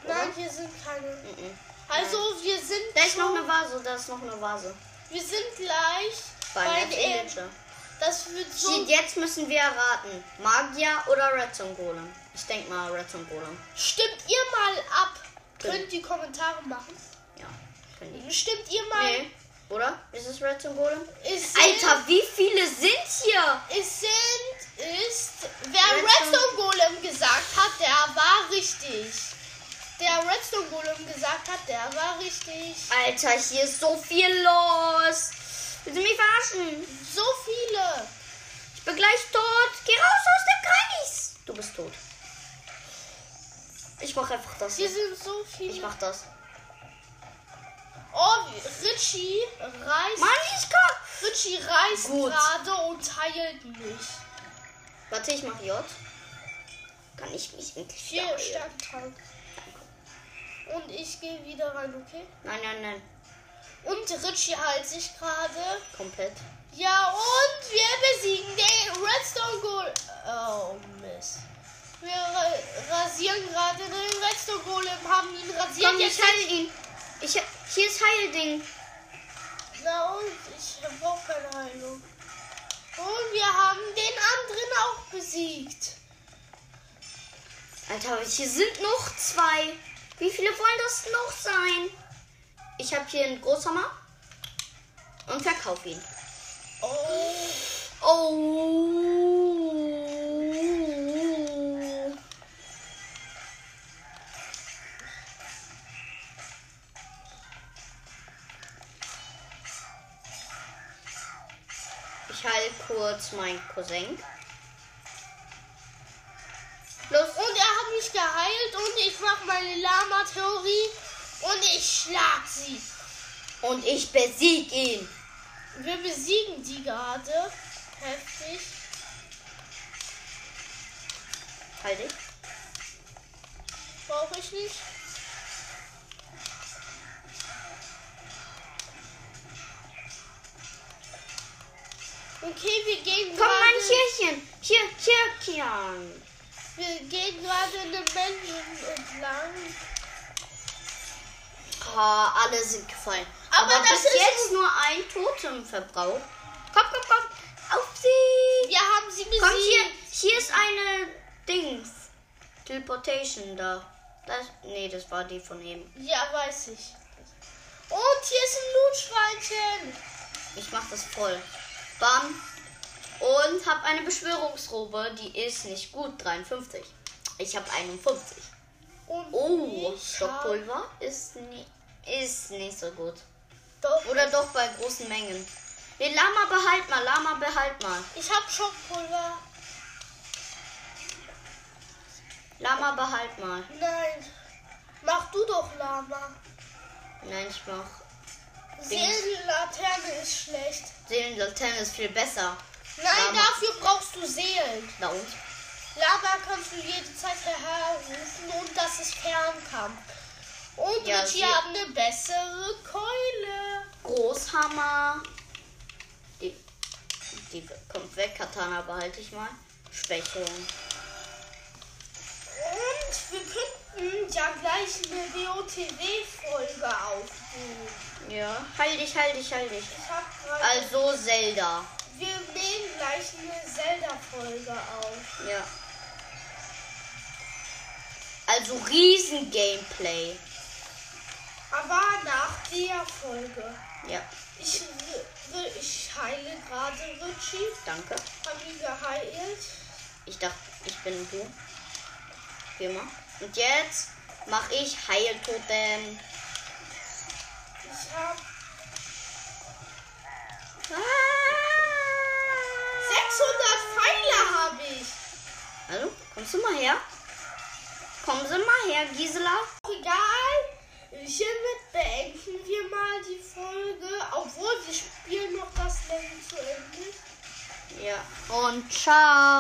Speaker 1: Oder?
Speaker 2: Nein, hier sind keine.
Speaker 1: Mhm.
Speaker 2: Also wir sind
Speaker 1: Da ist noch
Speaker 2: schon-
Speaker 1: eine Vase, da ist noch eine Vase.
Speaker 2: wir sind gleich
Speaker 1: Bei
Speaker 2: bei
Speaker 1: einer
Speaker 2: der
Speaker 1: Villager.
Speaker 2: das wird so
Speaker 1: Shit, jetzt müssen wir erraten. Magier oder Redstone Golem? Ich denk mal Redstone Golem.
Speaker 2: stimmt ihr mal ab.
Speaker 1: Stimmt.
Speaker 2: Könnt ihr Kommentare machen?
Speaker 1: Ja, können die.
Speaker 2: Stimmt ihr mal?
Speaker 1: Mhm. Nee. Oder? Ist es Redstone Golem?
Speaker 2: Es sind-
Speaker 1: Alter, wie viele sind hier?
Speaker 2: Es sind, ist,
Speaker 1: Redstone-
Speaker 2: wer Redstone Golem gesagt hat, der war richtig. Der Redstone Golem gesagt hat, der war richtig.
Speaker 1: Alter, hier ist so viel los. Willst du mich verarschen?
Speaker 2: So viele.
Speaker 1: Ich bin gleich tot. Geh raus aus dem Kreis. Du bist tot. Ich mach einfach das.
Speaker 2: Hier
Speaker 1: hier.
Speaker 2: sind so viele.
Speaker 1: Ich mach das.
Speaker 2: Oh, Richie reißt,
Speaker 1: Mann, ich kann.
Speaker 2: Richie reißt
Speaker 1: Gut.
Speaker 2: gerade und heilt mich.
Speaker 1: Warte, ich mach J. Kann ich mich endlich
Speaker 2: Vier
Speaker 1: wieder heilen?
Speaker 2: Sternteil. halt. Und ich gehe wieder rein, okay?
Speaker 1: Nein, nein, nein.
Speaker 2: Und Richie heilt sich gerade.
Speaker 1: Komplett.
Speaker 2: Ja, und wir besiegen den Redstone Golem. Oh, Mist. Wir ra rasieren gerade den Redstone Golem, haben ihn rasiert.
Speaker 1: Komm,
Speaker 2: jetzt
Speaker 1: ich heile ihn. Ich, hier ist Heilding.
Speaker 2: Na und, ich brauche keine Heilung. Und wir haben den anderen auch besiegt.
Speaker 1: Alter, aber hier sind noch zwei. Wie viele wollen das noch sein? Ich habe hier einen Großhammer und verkaufe ihn.
Speaker 2: Oh,
Speaker 1: Oh. Ich halte kurz meinen Cousin.
Speaker 2: los. Und er hat mich geheilt und ich mache meine Lama-Theorie und ich schlag sie.
Speaker 1: Und ich besieg ihn.
Speaker 2: Wir besiegen die gerade. Heftig.
Speaker 1: Halte ich.
Speaker 2: Brauche ich nicht. Okay, wir gehen
Speaker 1: Komm, mein
Speaker 2: gerade.
Speaker 1: Tierchen. Hier, hier, Kian.
Speaker 2: Wir gehen gerade einem Menschen entlang.
Speaker 1: Ah, alle sind gefallen.
Speaker 2: Aber
Speaker 1: Aber,
Speaker 2: das
Speaker 1: bis
Speaker 2: ist-
Speaker 1: jetzt nur ein Totem verbraucht. Komm, komm, komm. Auf sie.
Speaker 2: Wir haben sie besiegt.
Speaker 1: Komm, hier, hier ist eine Dings. Teleportation da. Das, nee, das war die von eben.
Speaker 2: Ja, weiß ich. Und hier ist ein Blutschweinchen.
Speaker 1: Ich mach das voll. Bam. Und hab eine Beschwörungsrobe. Die ist nicht gut. 53. Ich hab 51.
Speaker 2: Und
Speaker 1: Oh,
Speaker 2: ich
Speaker 1: Stockpulver ist, ni ist nicht so gut.
Speaker 2: hab- Doch,
Speaker 1: Oder doch bei großen Mengen. Nee, Lama behalt mal, Lama behalt mal.
Speaker 2: ich habe Schockpulver.
Speaker 1: Lama behalt mal.
Speaker 2: Nein. Mach du doch Lama.
Speaker 1: Nein, ich mach.
Speaker 2: Seelenlaterne ist schlecht.
Speaker 1: Seelenlaterne ist viel besser.
Speaker 2: Nein,
Speaker 1: Lama.
Speaker 2: dafür brauchst du Seelen.
Speaker 1: Na und?
Speaker 2: Lama kannst du jede Zeit herrufen und das ist Fernkampf. Und
Speaker 1: Ja,
Speaker 2: Richie
Speaker 1: sie-
Speaker 2: hat eine bessere Keule.
Speaker 1: Großhammer. Die, die kommt weg. Katana behalte ich mal. Schwächung.
Speaker 2: Und wir könnten ja gleich eine WOTW-Folge aufnehmen.
Speaker 1: Ja. Heil Halt dich, heil dich, heil dich.
Speaker 2: Ich hab grad,
Speaker 1: Also Zelda.
Speaker 2: wir nehmen gleich eine Zelda-Folge auf.
Speaker 1: Ja. Also Riesen-Gameplay.
Speaker 2: Aber nach der Folge.
Speaker 1: Ja,
Speaker 2: Ich, w- w- ich heile gerade Richie.
Speaker 1: danke.
Speaker 2: Hab ihn geheilt.
Speaker 1: Ich dachte, ich bin du. Wie immer. Und jetzt mache ich Heiltotem.
Speaker 2: Ich hab
Speaker 1: Ah!
Speaker 2: 600 Pfeile habe ich.
Speaker 1: Also, kommst du mal her? Kommen Sie mal her, Gisela.
Speaker 2: Auch egal. Hiermit beenden wir mal die Folge. Obwohl, wir spielen noch das Level zu Ende.
Speaker 1: Ja. Und ciao.